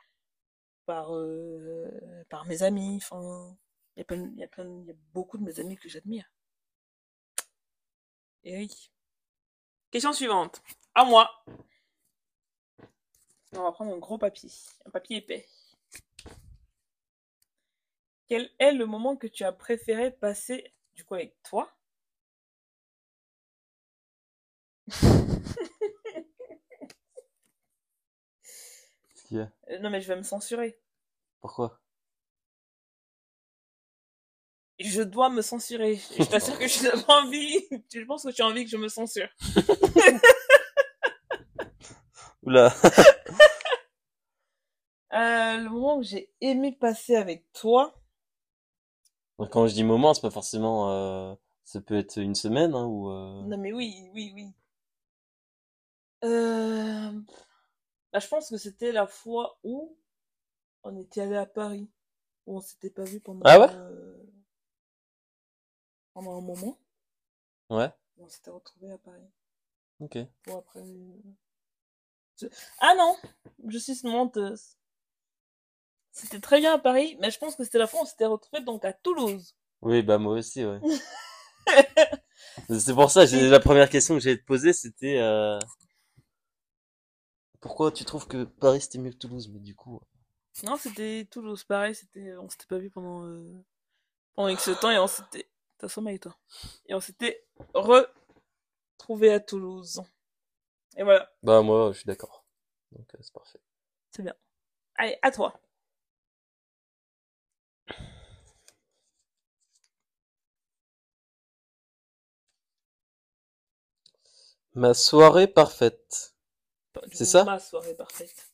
A: par, euh, par mes amis. Enfin, il y a plein, il y a plein, il y a beaucoup de mes amis que j'admire. Et oui. Question suivante. À moi. On va prendre un gros papier, un papier épais. Quel est le moment que tu as préféré passer, du coup, avec toi?
B: Qu'est-ce qu'il y a
A: Euh, non, mais je vais me censurer.
B: Pourquoi?
A: Je dois me censurer. Je t'assure que je n'ai pas envie. Je pense que tu as envie que je me censure.
B: Oula.
A: Euh, le moment que j'ai aimé passer avec toi,
B: Donc, quand je dis moment, c'est pas forcément, euh, ça peut être une semaine, hein, ou, euh,
A: non mais oui, oui, oui. Euh, bah, je pense que c'était la fois où on était allé à Paris, où on s'était pas vu
B: Ah ouais?
A: pendant, euh, pendant un moment.
B: Ouais.
A: On s'était retrouvés à Paris
B: Ok.
A: pour après. euh, Je- Ah non, je suis une menteuse. C'était très bien à Paris, mais je pense que c'était la fois où on s'était retrouvés donc à Toulouse.
B: Oui, bah, moi aussi, ouais. C'est pour ça, j'ai,
A: Et-
B: la première question que j'allais te poser, c'était, euh, pourquoi tu trouves que Paris c'était mieux que Toulouse? Mais du coup, euh,
A: Non, c'était Toulouse, pareil, c'était, on s'était pas vu pendant, euh, pendant X temps et on s'était, t'as sommeil toi, et on s'était retrouvés à Toulouse. Et voilà.
B: bah, moi, je suis d'accord. Donc, euh, c'est parfait.
A: C'est bien. Allez, à toi.
B: Ma soirée parfaite.
A: Enfin, Bah, du
B: C'est
A: coup,
B: ça
A: Ma soirée parfaite.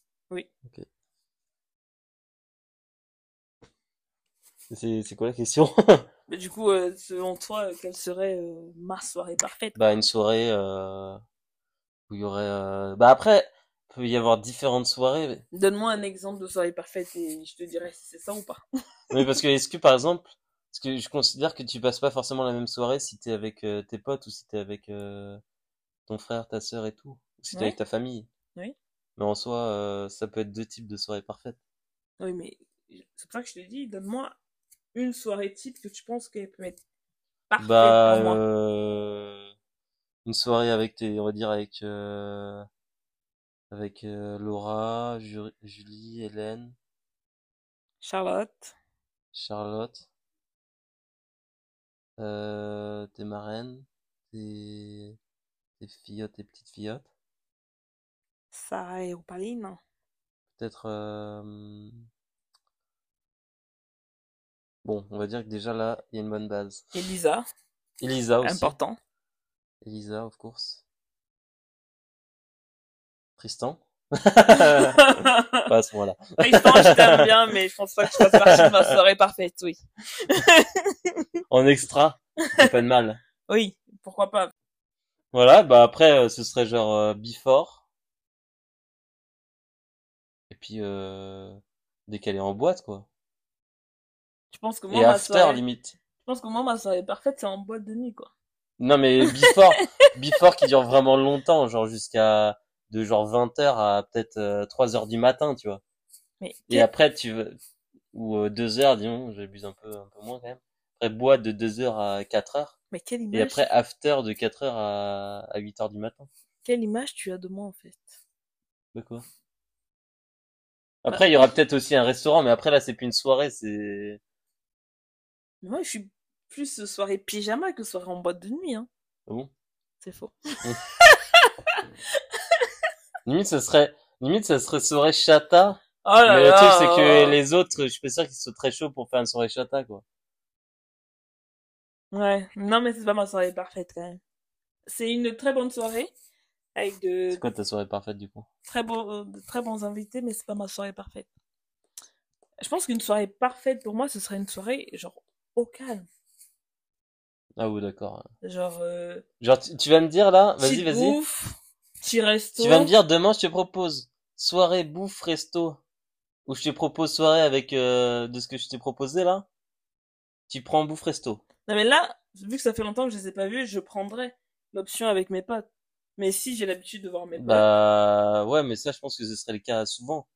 B: C'est c'est quoi la question?
A: Mais du coup, euh, selon toi, euh, quelle serait euh, ma soirée parfaite?
B: Bah, une soirée euh, où il y aurait. euh, Bah, après, peut y avoir différentes soirées. mais-
A: Donne-moi un exemple de soirée parfaite et je te dirai si c'est ça ou pas.
B: Oui, parce que est-ce que par exemple, parce que je considère que tu passes pas forcément la même soirée si t'es avec euh, tes potes ou si t'es avec euh, ton frère, ta sœur et tout, ou si t'es
A: Ouais.
B: avec ta famille.
A: Oui.
B: Mais en soi, euh, ça peut être deux types de soirées parfaites.
A: Oui, mais c'est pour ça que je te dis, donne-moi une soirée type que tu penses qu'elle peut être parfaite
B: Bah,
A: pour moi.
B: euh, une soirée avec tes, on va dire avec euh, avec euh, Laura, Ju- Julie, Hélène,
A: Charlotte.
B: Charlotte, euh, tes marraines, tes tes fillottes, tes petites fillottes.
A: Sarah et Opaline.
B: peut-être euh, bon on va dire que déjà là il y a une bonne base
A: Elisa,
B: Elisa aussi
A: important.
B: Elisa of course Tristan pas
A: Tristan,
B: à ce moment-là
A: je t'aime bien, mais je pense pas que tu fasses partie de ma soirée parfaite, oui.
B: en extra c'est pas de mal
A: Oui, pourquoi pas.
B: voilà bah après euh, ce serait genre euh, Before et puis euh, décalé en boîte quoi
A: Je pense que moi,
B: et
A: ma
B: After
A: soirée,
B: limite
A: je pense que moi, ma soirée parfaite, c'est en boîte de nuit, quoi.
B: non mais Before Before qui dure vraiment longtemps genre jusqu'à de genre 20h à peut-être 3h du matin tu vois
A: Mais,
B: Et après, tu veux, ou euh, deux heures, disons, j'abuse un peu, un peu moins quand même. Après, bois de deux heures à quatre heures.
A: mais quelle
B: Et
A: image,
B: après, after de quatre heures à, à huit heures du matin.
A: quelle image tu as de moi, en fait?
B: De quoi?
A: Bah,
B: Après, il y aura peut-être aussi un restaurant, mais après, là, c'est plus une soirée, c'est,
A: Mais Moi, je suis plus soirée pyjama que soirée en boîte de nuit, hein.
B: Ah bon?
A: C'est faux.
B: Limite, ça serait, limite, ça serait soirée chata.
A: Oh là
B: mais le
A: là,
B: truc, c'est que
A: oh.
B: les autres, je suis pas sûr qu'ils soient très chauds pour faire une soirée chata, quoi.
A: Ouais, non mais c'est pas ma soirée parfaite quand même. C'est une très bonne soirée avec de
B: C'est quoi ta soirée parfaite, du coup?
A: très bons, de très bons invités, mais c'est pas ma soirée parfaite. Je pense qu'une soirée parfaite pour moi, ce serait une soirée genre au calme,
B: Ah oui, d'accord.
A: genre euh,
B: Genre, tu, tu vas me dire, là, Ah, vas-y,
A: petite
B: vas-y.
A: bouffe, petit resto.
B: Tu vas me dire demain, je te propose soirée bouffe resto ou je te propose soirée avec euh, de ce que je t'ai proposé là. Tu prends bouffe resto.
A: Non mais là, vu que ça fait longtemps que je les ai pas vus, je prendrais l'option avec mes potes. Mais si j'ai l'habitude de voir mes potes,
B: Bah ouais, mais ça, je pense que ce serait le cas souvent.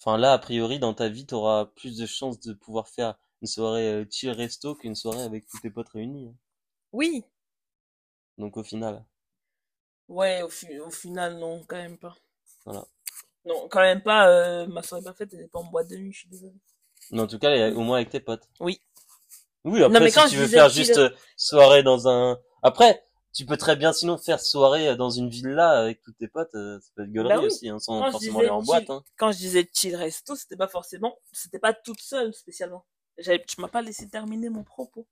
B: Enfin là, a priori, dans ta vie, t'auras plus de chances de pouvoir faire une soirée euh, chill resto qu'une soirée avec tous tes potes réunis. hein.
A: oui.
B: Donc au final,
A: Ouais, au, fi- au final non, quand même pas.
B: Voilà.
A: Non, quand même pas. euh, ma soirée parfaite, elle est pas en boîte de nuit, je suis désolée.
B: mais en tout cas, elle est au moins avec tes potes.
A: Oui.
B: Oui, après
A: Non, mais
B: si
A: quand
B: tu
A: je
B: veux
A: disais
B: faire
A: chill-
B: juste euh, soirée dans un après tu peux très bien sinon faire soirée euh, dans une villa avec tous tes potes, euh, ça peut être gaulerie
A: Bah oui.
B: aussi, hein, sans
A: Moi, je
B: forcément
A: disais
B: aller en boîte.
A: chill.
B: Hein.
A: quand je disais chill resto, c'était pas forcément, c'était pas toute seule spécialement. J'avais, tu m'as pas laissé terminer mon propos.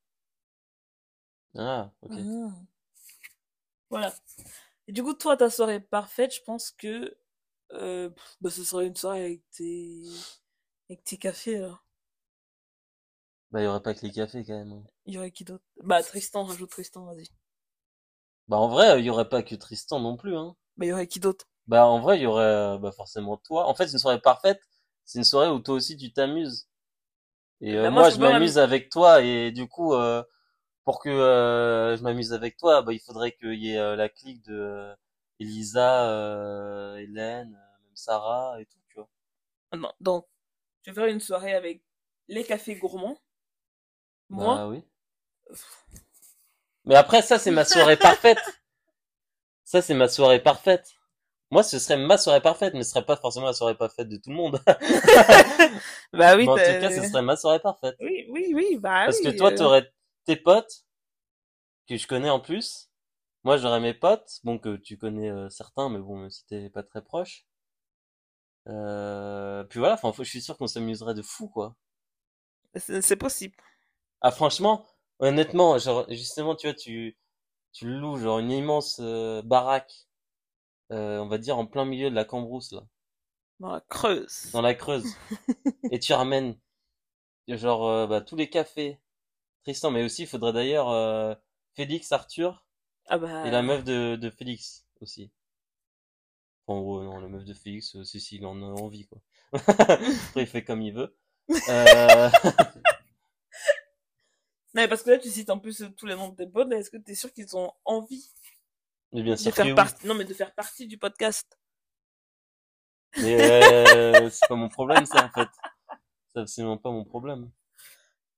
B: Ah, ok.
A: Ah. Voilà. Et du coup, toi, ta soirée parfaite, je pense que euh, pff, bah, ce serait une soirée avec tes, avec tes cafés là.
B: Bah, il y aurait pas que les cafés quand même. hein.
A: Il y aurait qui d'autre? Bah Tristan, rajoute Tristan, vas-y.
B: Bah, en vrai, il y aurait pas que Tristan non plus. Hein.
A: Bah il y aurait qui d'autre?
B: Bah, en vrai, il y aurait euh, bah, forcément toi. En fait, une soirée parfaite, c'est une soirée où toi aussi tu t'amuses. Et euh,
A: Bah, moi,
B: moi,
A: je
B: je
A: peux pas
B: m'amuse avec toi et du coup, euh, pour que euh, je m'amuse avec toi, bah, il faudrait qu'il y ait euh, la clique de euh, Elisa, euh, Hélène, euh, même Sarah et tout, tu vois.
A: Ah Non, donc je vais faire une soirée avec les cafés gourmands. Moi,
B: Bah oui. Mais après, ça, c'est ma soirée parfaite. Ça, c'est ma soirée parfaite. Moi, ce serait ma soirée parfaite, mais ce serait pas forcément la soirée parfaite de tout le monde.
A: bah Ah oui,
B: mais en tout
A: t'as-
B: cas, ce serait ma soirée parfaite.
A: oui, oui, oui, bah
B: euh, Parce que
A: oui,
B: toi,
A: euh,
B: t'aurais tes potes, que je connais en plus. Moi, j'aurais mes potes, bon, que tu connais euh, certains, mais bon, même si t'es pas très proche. Euh, puis voilà, enfin, faut- je suis sûr qu'on s'amuserait de fou, quoi.
A: C'est c'est possible.
B: Ah, franchement, honnêtement, genre, justement, tu vois, tu, tu loues, genre, une immense euh, baraque, euh, on va dire, en plein milieu de la Cambrousse, là,
A: Dans la Creuse.
B: dans la Creuse, et tu ramènes, genre, euh, bah, tous les cafés, Tristan, mais aussi, il faudrait d'ailleurs euh, Félix, Arthur,
A: Ah
B: et la
A: bah,
B: meuf de, de Félix, aussi. En gros, non, la meuf de Félix, euh, si, si, il en a envie, quoi. Après, il fait comme il veut. Euh...
A: non, mais parce que là, tu cites en plus euh, tous les noms de tes potes. là, Est-ce que t'es sûr qu'ils ont envie
B: Mais bien
A: de
B: sûr que
A: faire
B: oui.
A: partie, non, mais de faire partie du podcast?
B: Mais euh, c'est pas mon problème, ça, en fait. C'est absolument pas mon problème.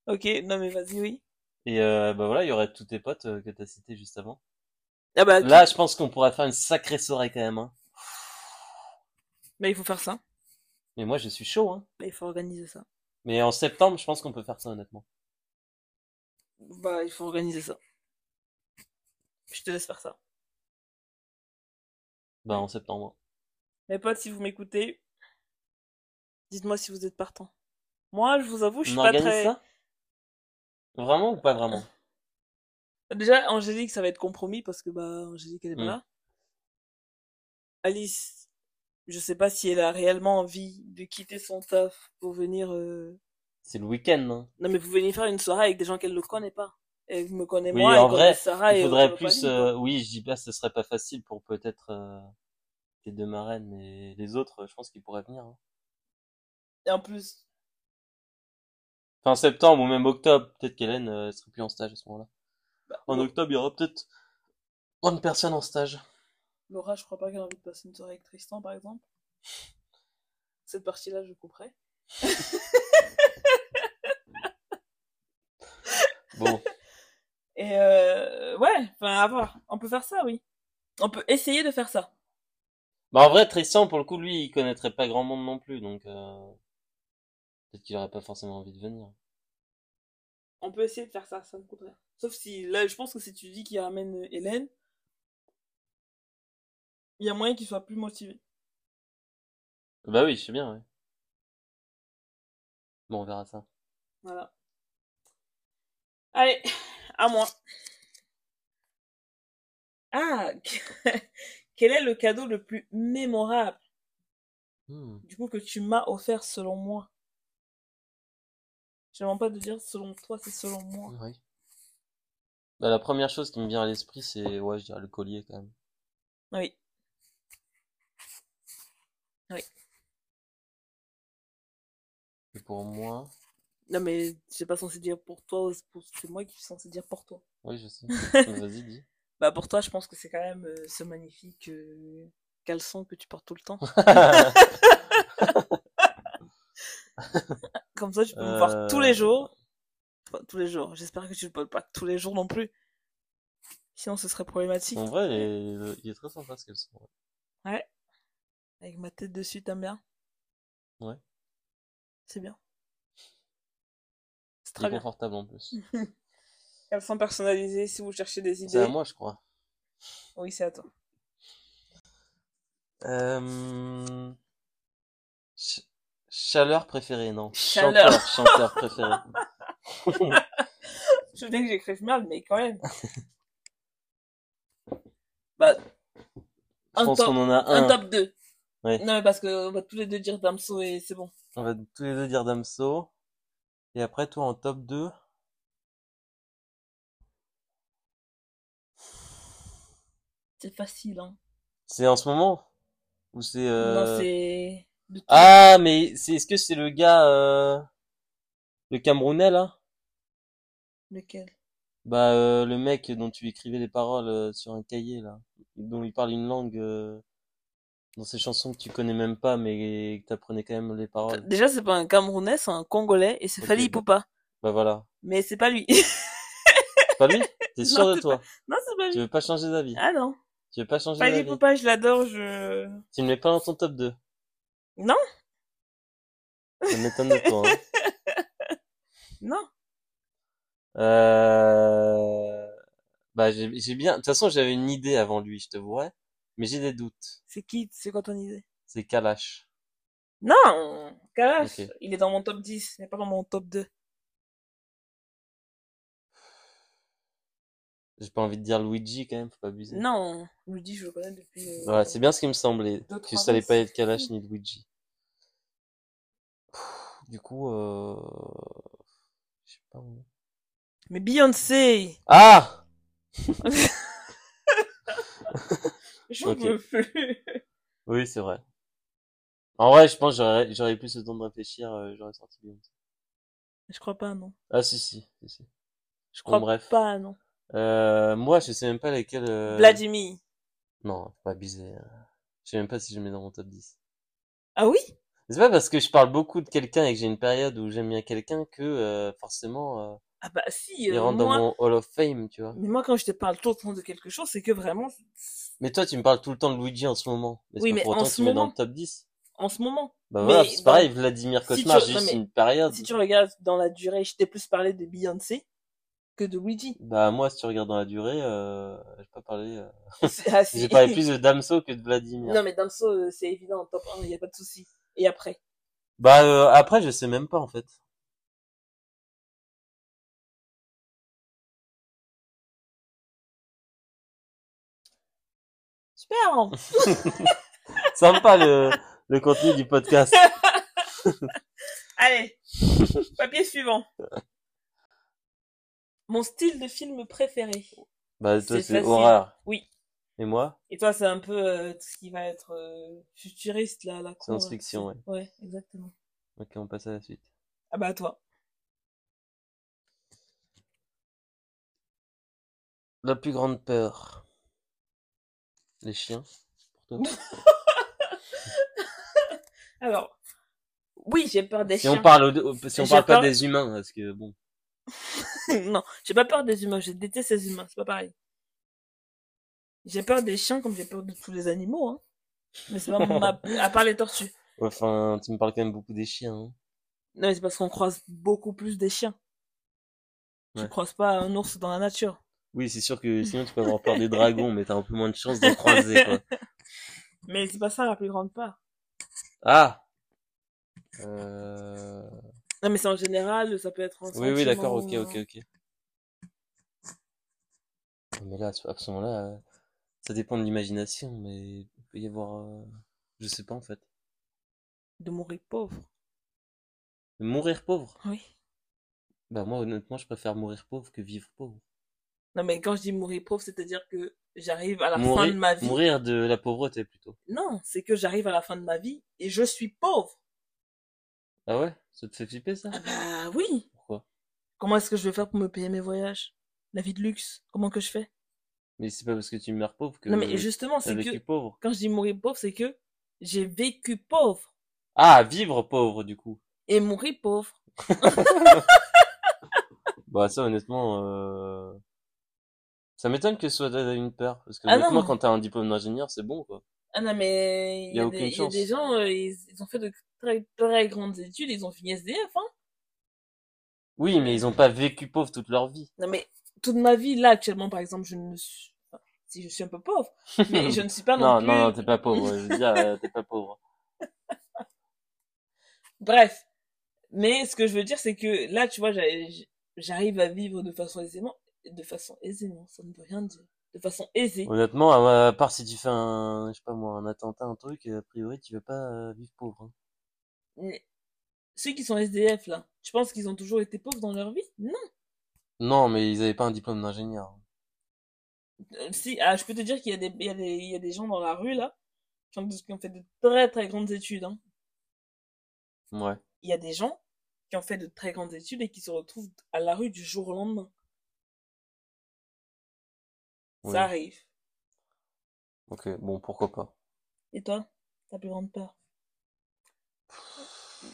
A: Ok, non, mais vas-y, oui.
B: Et euh, bah voilà, il y aurait tous tes potes euh, que t'as cités juste avant.
A: Ah bah, ok.
B: Là, je pense qu'on pourrait faire une sacrée soirée quand même, hein.
A: Mais il faut faire ça.
B: Mais moi, je suis chaud, hein.
A: Mais il faut organiser ça.
B: Mais en septembre, je pense qu'on peut faire ça, honnêtement.
A: Bah, il faut organiser ça. Je te laisse faire ça.
B: Bah, en septembre.
A: Mes potes, si vous m'écoutez, dites-moi si vous êtes partant. Moi, je vous avoue, je suis
B: On
A: pas
B: organise
A: très.
B: ça? Vraiment ou pas vraiment?
A: Déjà, Angélique, ça va être compromis parce que bah Angélique, elle est pas
B: Mm.
A: là. Alice, je sais pas si elle a réellement envie de quitter son taf pour venir. euh,
B: C'est le week-end, hein.
A: Non, mais vous venez faire une soirée avec des gens qu'elle ne connaît pas. Elle me connaît
B: Oui,
A: moi,
B: en
A: elle connaît
B: vrai,
A: Sarah
B: Il
A: Ah, et
B: faudrait
A: Octave
B: plus,
A: Panic, quoi.
B: euh, oui, je dis pas, ce serait pas facile pour peut-être euh, les deux marraines et les autres, je pense qu'ils pourraient venir. hein.
A: Et en plus,
B: Fin septembre ou même octobre, peut-être qu'Hélène euh, elle serait plus en stage à ce moment-là.
A: bah,
B: En
A: Lau-
B: octobre, il y aura peut-être une personne en stage.
A: Laura, je crois pas qu'elle a envie de passer une soirée avec Tristan, par exemple. Cette partie-là, je couperai.
B: Bon,
A: Et euh, ouais, enfin, à voir. On peut faire ça, oui. On peut essayer de faire ça.
B: bah en vrai, Tristan, pour le coup, lui, il connaîtrait pas grand monde non plus, donc euh, peut-être qu'il aurait pas forcément envie de venir.
A: On peut essayer de faire ça, ça me coûte rien. Sauf si, là, je pense que si tu dis qu'il ramène euh, Hélène, il y a moyen qu'il soit plus motivé.
B: Bah oui, je sais bien, ouais. Bon, on verra ça.
A: Voilà. Allez, à moi. Ah, quel est le cadeau le plus mémorable,
B: Hmm.
A: du coup, que tu m'as offert selon moi? Je demande pas de dire selon toi, c'est selon moi.
B: Oui. Bah, la première chose qui me vient à l'esprit, c'est, ouais, je dirais le collier quand même.
A: Oui. Oui.
B: Et pour moi,
A: Non, mais c'est pas censé dire pour toi, ou c'est pour- c'est moi qui suis censé dire pour toi.
B: oui, je sais. Vas-y, dis.
A: Bah, pour toi, je pense que c'est quand même euh, ce magnifique euh, caleçon que tu portes tout le temps. Comme ça, tu peux me voir tous les
B: Euh,
A: jours. Enfin, tous les jours. J'espère que tu ne parles pas tous les jours non plus. Sinon, ce serait problématique.
B: En vrai, il est, il est très sympa ce qu'elles sont.
A: Ouais. Avec ma tête dessus, t'aimes bien?
B: Ouais.
A: C'est bien. C'est
B: Il
A: très
B: est
A: bien.
B: confortable en plus.
A: Caleçon personnalisé, si vous cherchez des
B: C'est à
A: idées.
B: moi, je crois.
A: Oui, c'est à toi.
B: Euh... ch- Chaleur préférée, non.
A: Chaleur.
B: Chanteur, chanteur préféré.
A: Je veux bien que j'écrive mal, mais quand même. Bah,
B: Je
A: un
B: pense
A: top,
B: qu'on en a
A: un
B: un.
A: top 2.
B: Ouais.
A: Non, mais parce qu'on va tous les deux dire Damso et c'est bon.
B: On va tous les deux dire Damso. Et après, toi, en top 2.
A: C'est facile, hein.
B: C'est en ce moment? Ou c'est...
A: Non,
B: euh,
A: c'est... de tout.
B: Ah, mais c'est est-ce que c'est le gars... euh, Le Camerounais, là?
A: Lequel?
B: Bah, euh, le mec dont tu écrivais les paroles euh, sur un cahier, là. Dont il parle une langue... euh, Dans ces chansons que tu connais même pas, mais que t'apprenais quand même les paroles.
A: Déjà, c'est pas un Camerounais, c'est un Congolais, et c'est
B: Ok,
A: Fally
B: bah-
A: Poupa.
B: Bah voilà.
A: Mais c'est pas lui.
B: C'est pas lui? T'es
A: Non,
B: sûr de
A: c'est
B: toi?
A: Non, c'est pas
B: Tu
A: lui.
B: veux pas changer d'avis?
A: Ah non.
B: Tu veux pas changer
A: Fally
B: d'avis?
A: Poupa, je l'adore, je...
B: Tu me mets pas dans ton top 2.
A: Non,
B: Ça m'étonne de toi, hein.
A: non.
B: Euh... Bah j'ai j'ai bien... De toute façon, j'avais une idée avant lui, je te t'avouerais. Mais j'ai des doutes.
A: C'est qui? C'est quoi ton idée?
B: C'est Kalash.
A: Non, Kalash,
B: Ok.
A: il est dans mon top 10, il n'est pas dans mon top 2.
B: J'ai pas envie de dire Luigi quand même, faut pas abuser.
A: Non, Luigi, je le connais depuis. euh,
B: Voilà, c'est bien ce qui me semblait,
A: Deux,
B: que
A: trois
B: ça allait
A: ans,
B: pas
A: c'est
B: être Kalash ni Luigi. Pff, Du coup, euh... je sais pas. moi.
A: Mais Beyoncé,
B: Ah!
A: j'en
B: Ok.
A: veux plus.
B: Oui, c'est vrai. En vrai, je pense que j'aurais j'aurais plus le temps de réfléchir, euh, j'aurais sorti Beyoncé.
A: Je crois pas, non.
B: Ah si si, si, si.
A: Je crois
B: Bon, bref.
A: pas, non.
B: Euh, moi, je sais même pas lesquels. euh,
A: Vladimir.
B: Non, faut pas abuser. hein. Je sais même pas si je le mets dans mon top 10.
A: Ah oui?
B: C'est pas parce que je parle beaucoup de quelqu'un et que j'ai une période où j'aime bien quelqu'un que euh, forcément euh,
A: Ah bah si,
B: il
A: euh,
B: rentre dans
A: moi.
B: mon Hall of Fame, tu vois.
A: Mais moi, quand je te parle tout le temps de quelque chose, c'est que vraiment,
B: Mais toi, tu me parles tout le temps de Luigi en ce moment. Mais c'est
A: Oui,
B: pas
A: mais
B: pour
A: en
B: autant que
A: ce
B: tu le mets dans le
A: moment.
B: top 10.
A: en ce moment.
B: Bah
A: Mais
B: voilà, c'est
A: dans-
B: pareil, Vladimir
A: si tu-
B: Cauchemar, j'ai
A: non,
B: juste
A: mais-
B: une période.
A: Si tu regardes dans la durée, je t'ai plus parlé de Beyoncé que de Luigi.
B: Bah moi, si tu regardes dans la durée, euh, j'ai pas parlé... euh,
A: C'est- ah,
B: J'ai
A: si.
B: parlé plus de Damso que de Vladimir.
A: Non, mais Damso, euh, c'est évident, en top 1, il n'y a pas de souci. Et après?
B: Bah euh, après, je sais même pas en fait.
A: Super! hein.
B: Sympa le, euh, le contenu du podcast.
A: Allez, papier suivant. Mon style de film préféré.
B: Bah toi,
A: C'est
B: c'est
A: facile.
B: horreur.
A: Oui.
B: Et moi?
A: Et toi, c'est un peu euh, tout ce qui va être euh, futuriste, là, la con, là.
B: Science-fiction, ouais.
A: Ouais, exactement.
B: Ok, on passe à la suite.
A: Ah bah, à toi.
B: La plus grande peur. Les chiens. Pour toi.
A: Alors, oui, j'ai peur des
B: Si
A: chiens.
B: on parle, au- au- si on
A: J'ai
B: parle pas
A: peur.
B: des humains, parce que bon.
A: non, j'ai pas peur des humains, je déteste les humains, c'est pas pareil. J'ai peur des chiens comme j'ai peur de tous les animaux, hein. Mais c'est pas ma... à part les tortues.
B: Ouais, Enfin, tu me parles quand même beaucoup des chiens. hein.
A: Non, mais c'est parce qu'on croise beaucoup plus des chiens. Tu
B: Ouais.
A: croises pas un ours dans la nature.
B: Oui, c'est sûr que sinon tu peux avoir peur des dragons, mais t'as un peu moins de chance d'en croiser, quoi.
A: Mais c'est pas ça la plus grande peur.
B: Ah! Euh...
A: Non, mais c'est en général, ça peut être un
B: Oui, oui, d'accord, ok,
A: sentiment, euh,
B: ok, ok. Non, Mais là, à ce moment-là, euh, ça dépend de l'imagination, mais il peut y avoir... euh, Je sais pas, en fait.
A: De mourir pauvre.
B: Mourir pauvre?
A: Oui.
B: Bah moi, honnêtement, je préfère mourir pauvre que vivre pauvre.
A: Non, mais quand je dis mourir pauvre, c'est-à-dire que j'arrive à la fin
B: Mourir,
A: de ma vie.
B: mourir de la pauvreté, plutôt.
A: Non, c'est que j'arrive à la fin de ma vie et je suis pauvre.
B: Ah ouais? Ça te fait flipper, ça?
A: Ah bah oui.
B: Pourquoi?
A: Comment est-ce que je vais faire pour me payer mes voyages? La vie de luxe, comment que je fais?
B: Mais c'est pas parce que tu meurs pauvre que
A: Non, mais justement,
B: t'as
A: c'est
B: vécu
A: que
B: pauvre.
A: quand je dis mourir pauvre, c'est que j'ai vécu pauvre
B: Ah, vivre pauvre, du coup.
A: et mourir pauvre.
B: Bah ça honnêtement, euh... ça m'étonne que ce soit d- une peur. Parce que
A: Ah
B: honnêtement,
A: non.
B: quand t'as un diplôme d'ingénieur, c'est bon quoi.
A: Ah non, mais il y
B: Y a
A: a
B: aucune
A: des, il y a des
B: chance.
A: gens, euh, ils, ils ont fait de très, très grandes études, ils ont fini SDF, hein.
B: Oui, mais ils ont pas vécu pauvre toute leur vie.
A: Non, mais toute ma vie, là, actuellement, par exemple, je ne suis, enfin, si je suis un peu pauvre, mais je ne suis pas non
B: Non,
A: plus.
B: non, non, t'es pas pauvre. Je veux dire, euh, t'es pas pauvre.
A: Bref. Mais ce que je veux dire, c'est que là, tu vois, j'a- j'arrive à vivre de façon aisément, de façon aisément, ça ne veut rien dire. De façon aisée.
B: Honnêtement, à à part si tu fais un, je sais pas moi, un attentat, un truc, a priori, tu veux pas euh, vivre pauvre. hein.
A: Mais Ceux qui sont SDF, là, tu penses qu'ils ont toujours été pauvres dans leur vie? Non.
B: Non, mais ils avaient pas un diplôme d'ingénieur.
A: Euh, si, ah, je peux te dire qu'il y a des, il y a des, il y a des gens dans la rue, là, qui ont, qui ont fait de très, très grandes études, hein.
B: hein. Ouais.
A: Il y a des gens qui ont fait de très grandes études et qui se retrouvent à la rue du jour au lendemain.
B: Oui.
A: Ça arrive.
B: Ok. Bon, pourquoi pas.
A: Et toi, ta plus grande peur?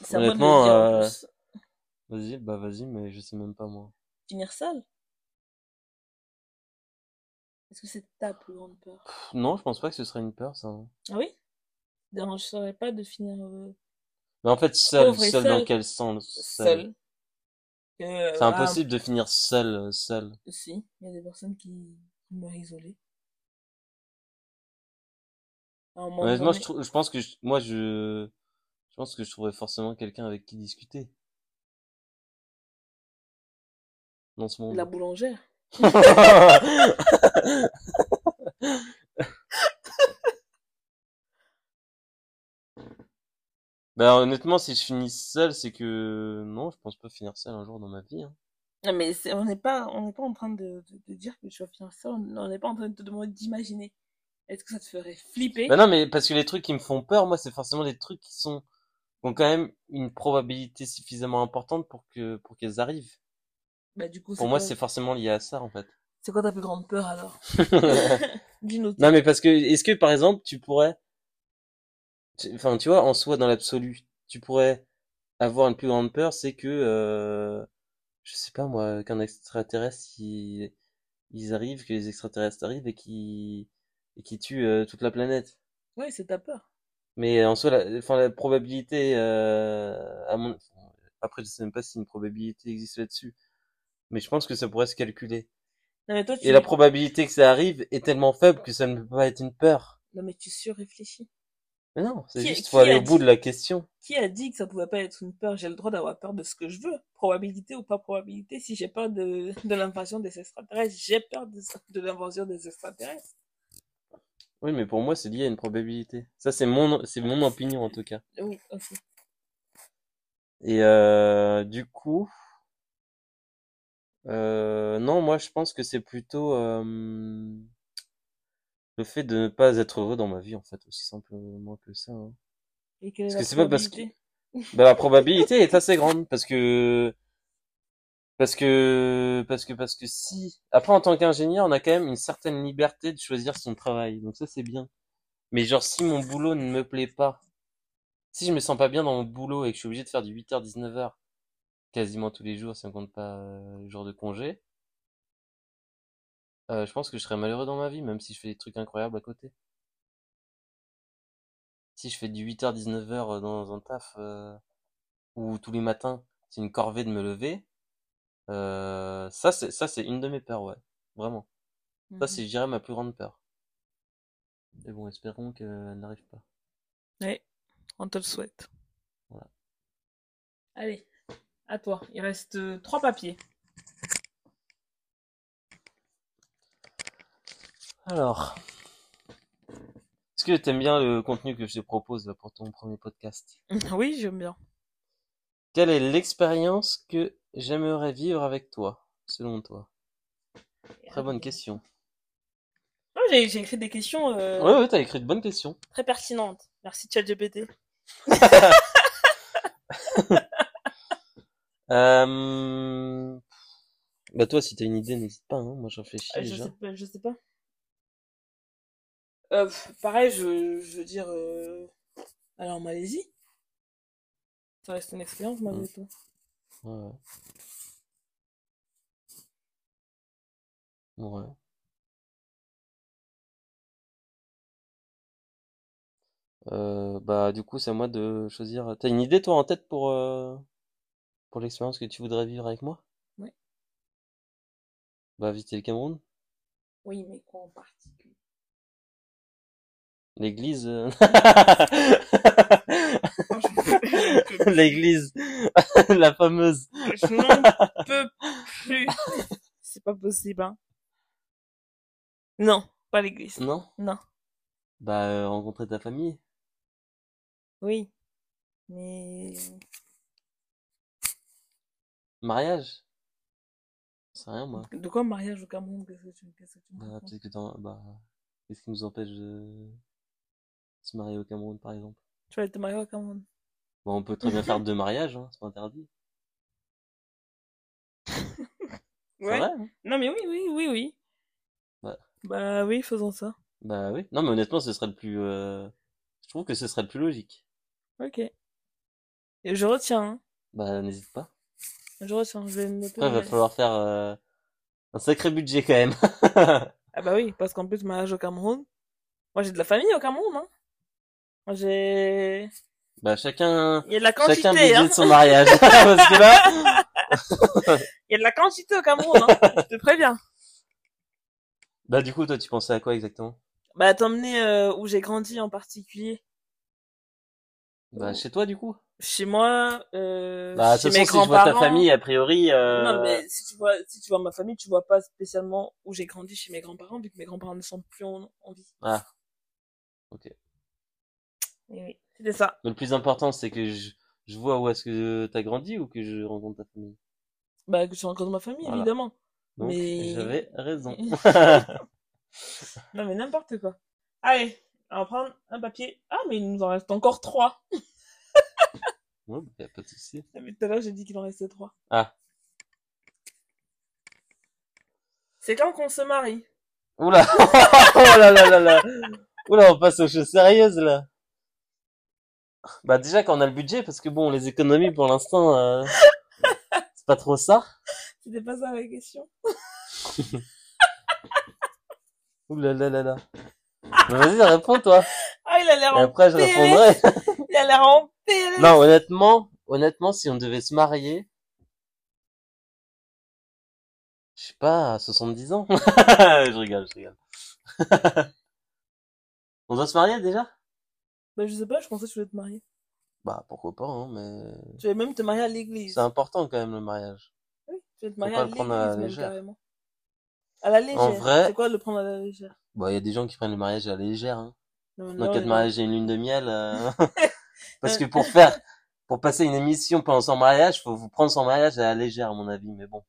A: C'est à moi de le
B: Honnêtement,
A: dire, en
B: euh,
A: plus.
B: vas-y, bah vas-y, mais je sais même pas moi.
A: Finir seule? Est-ce que c'est ta plus grande peur?
B: Pff, Non, je pense pas que ce serait une peur, ça. hein.
A: Ah oui? Ça te dérangerait pas de finir euh,
B: Mais en fait, seul,
A: Pauvre et
B: seul dans
A: seul.
B: quel sens? Seul.
A: seule? Euh,
B: C'est
A: voilà,
B: impossible de finir seul, euh, seul.
A: Si, il y a des personnes qui meurent isolées. À un moment
B: Honnêtement,
A: donné.
B: je, trou- je pense que je- moi, je, Je pense que je trouverais forcément quelqu'un avec qui discuter dans ce monde.
A: La boulangère.
B: Bah honnêtement, si je finis seul, c'est que non, je pense pas finir seul un jour dans ma vie. hein.
A: Non, mais c'est- on n'est pas, on n'est pas en train de, de- de dire que tu vas finir ça. On on n'est pas en train de te demander d'imaginer. Est-ce que ça te ferait flipper?
B: Bah non, mais parce que les trucs qui me font peur, moi, c'est forcément les trucs qui sont qui ont quand même une probabilité suffisamment importante pour que pour qu'elles arrivent.
A: Bah, du coup,
B: Pour moi, c'est forcément lié à ça en fait.
A: c'est quoi ta plus grande peur alors? Dis-nous tout.
B: Non, mais parce que est-ce que par exemple, tu pourrais tu- enfin, tu vois, en soi dans l'absolu, tu pourrais avoir une plus grande peur, c'est que euh, je sais pas moi, qu'un extraterrestre il- ils arrivent, que les extraterrestres arrivent et qui et qui tuent euh, toute la planète.
A: Ouais, c'est ta peur.
B: Mais euh, en soi, la, enfin, la probabilité, euh, à mon... après je sais même pas si une probabilité existe là-dessus, mais je pense que ça pourrait se calculer.
A: Non, mais toi, tu,
B: Et la probabilité que ça arrive est tellement faible que ça ne peut pas être une peur.
A: non, mais tu surréfléchis.
B: Mais non, c'est
A: Qui-
B: juste
A: qui
B: faut aller
A: a
B: au bout
A: dit-
B: de la question.
A: Qui a dit que ça pouvait pas être une peur? J'ai le droit d'avoir peur de ce que je veux. Probabilité ou pas probabilité. Si j'ai peur de, de l'invasion des extraterrestres, j'ai peur de, de l'invasion des extraterrestres.
B: Oui, mais pour moi c'est lié à une probabilité. Ça c'est mon c'est mon opinion en tout cas.
A: Oui, aussi.
B: Et euh, du coup, euh, non, moi je pense que c'est plutôt euh, le fait de ne pas être heureux dans ma vie en fait, aussi simplement que ça. hein.
A: Et quelle est
B: Parce
A: la
B: que c'est pas parce que-
A: probabilité?
B: Bah, la probabilité est assez grande parce que parce que parce que parce que si après en tant qu'ingénieur on a quand même une certaine liberté de choisir son travail donc ça c'est bien mais genre si mon boulot ne me plaît pas si je me sens pas bien dans mon boulot et que je suis obligé de faire du 8h 19h quasiment tous les jours si on compte pas euh, le jour de congé euh, je pense que je serais malheureux dans ma vie même si je fais des trucs incroyables à côté si je fais du 8h 19h dans un taf euh, où tous les matins c'est une corvée de me lever Euh, ça, c'est, ça, c'est une de mes peurs, ouais. Vraiment.
A: Mhm.
B: Ça, c'est, je dirais, ma plus grande peur. Mais bon, espérons qu'elle n'arrive pas.
A: Mmh. Ouais, on te le souhaite.
B: Voilà.
A: Allez, à toi. Il reste euh, trois papiers.
B: Alors. Est-ce que t'aimes bien le contenu que je te propose, là, pour ton premier podcast?
A: Oui, j'aime bien.
B: Quelle est l'expérience que j'aimerais vivre avec toi, selon toi? Très bonne question.
A: Non, j'ai j'ai écrit des questions euh,
B: Ouais, ouais, t'as écrit de bonnes questions.
A: très pertinentes. Merci ChatGPT.
B: Euh... Bah, toi, si t'as une idée, n'hésite pas, hein. Moi, je réfléchis
A: Euh, je
B: déjà.
A: sais pas, je sais pas. Euh, pff, pareil, je, je veux dire, euh, aller en Malaisie. Ça reste une expérience
B: Mm.
A: malgré tout.
B: Ouais. Ouais. Euh, bah du coup c'est à moi de choisir. T'as une idée toi en tête pour euh, pour l'expérience que tu voudrais vivre avec moi?
A: Ouais.
B: Bah visiter le Cameroun,
A: Oui, mais quoi en particulier?
B: l'église, euh,
A: Moi, je n'en peux
B: l'église, la fameuse.
A: plus. Je n'en peux plus. C'est pas possible, hein. Non, pas l'église.
B: Non?
A: Non.
B: Bah euh, rencontrer ta famille.
A: Oui. Mais
B: Mariage? C'est rien moi.
A: de quoi mariage au Cameroun? Qu'est-ce que tu, qu'est-ce que tu me
B: Bah
A: racontes
B: peut-être que t'en- bah qu'est-ce qui nous empêche de se marier au Cameroun par exemple?
A: Tu vas te marier au Cameroun.
B: Bah on peut très bien faire deux mariages, hein, c'est pas interdit. C'est
A: Ouais.
B: vrai, hein.
A: Non, mais oui, oui, oui, oui.
B: Ouais.
A: Bah oui, faisons ça.
B: Bah oui. Non, mais honnêtement, ce serait le plus. euh, Je trouve que ce serait le plus logique.
A: Ok. Et je retiens, hein.
B: Bah n'hésite pas.
A: Je retiens, je vais me noter
B: Après, il va
A: mariage.
B: falloir faire euh, un sacré budget quand même.
A: Ah bah oui, parce qu'en plus, mariage au Cameroun. Moi, j'ai de la famille au Cameroun, hein. Moi, j'ai...
B: Bah chacun,
A: Il y a de la
B: chacun
A: quantité,
B: budget
A: hein.
B: de son mariage. Parce que là,
A: Il y a de la quantité au Cameroun, hein. Je te préviens.
B: bah du coup, toi, tu pensais à quoi exactement?
A: Bah, t'emmener euh, où j'ai grandi en particulier.
B: Bah, chez toi, du coup?
A: Chez moi, euh,
B: Bah, de
A: chez
B: toute
A: mes
B: façon, si je vois ta
A: grands-parents-
B: famille, a priori, euh,
A: Non, mais si tu vois, si tu vois ma famille, tu vois pas spécialement où j'ai grandi chez mes grands-parents, vu que mes grands-parents ne sont plus en, en vie.
B: Ah. Ok.
A: Oui, oui. C'était ça.
B: mais le plus important, c'est que je, je vois où est-ce que t'as grandi ou que je rencontre ta famille.
A: Bah, que je rencontre ma famille,
B: Voilà.
A: évidemment.
B: Donc,
A: Mais-
B: j'avais raison.
A: Non, mais n'importe quoi. Allez, on va prendre un papier. Ah, mais il nous en reste encore trois.
B: Ouais, bah, y a pas de souci.
A: Non, Mais tout à l'heure, j'ai dit qu'il en restait trois.
B: Ah.
A: C'est quand qu'on se marie?
B: Oula! Oh là là là là! Oula, on passe aux choses sérieuses, là! Bah, déjà, quand on a le budget, parce que bon, les économies, pour l'instant, euh, c'est pas trop ça.
A: C'était pas ça la question.
B: Oula là là là. Bah, vas-y, réponds, toi.
A: Ah, il a l'air
B: Et
A: en...
B: après, je
A: PLS.
B: répondrai.
A: Il a l'air en PLS.
B: Non, honnêtement, honnêtement, si on devait se marier, je sais pas, à 70 ans. je rigole, je rigole. on doit se marier déjà?
A: Bah, je sais pas, je pensais que tu voulais te marier.
B: Bah, pourquoi pas, hein, mais
A: Tu voulais même te marier à l'église.
B: c'est important quand même le mariage.
A: Oui, tu voulais te
B: Faut
A: marier
B: pas
A: à
B: le prendre à la
A: l'église, même
B: légère.
A: carrément. À la légère.
B: En vrai-
A: C'est quoi le prendre à la légère?
B: Bah, il y a des gens qui prennent le mariage à la légère, hein.
A: Non, mais
B: Dans
A: non,
B: quatre
A: non.
B: mariages et une lune de miel, euh, parce que pour faire, pour passer une émission pendant son mariage, faut vous prendre son mariage à la légère, à mon avis, mais bon.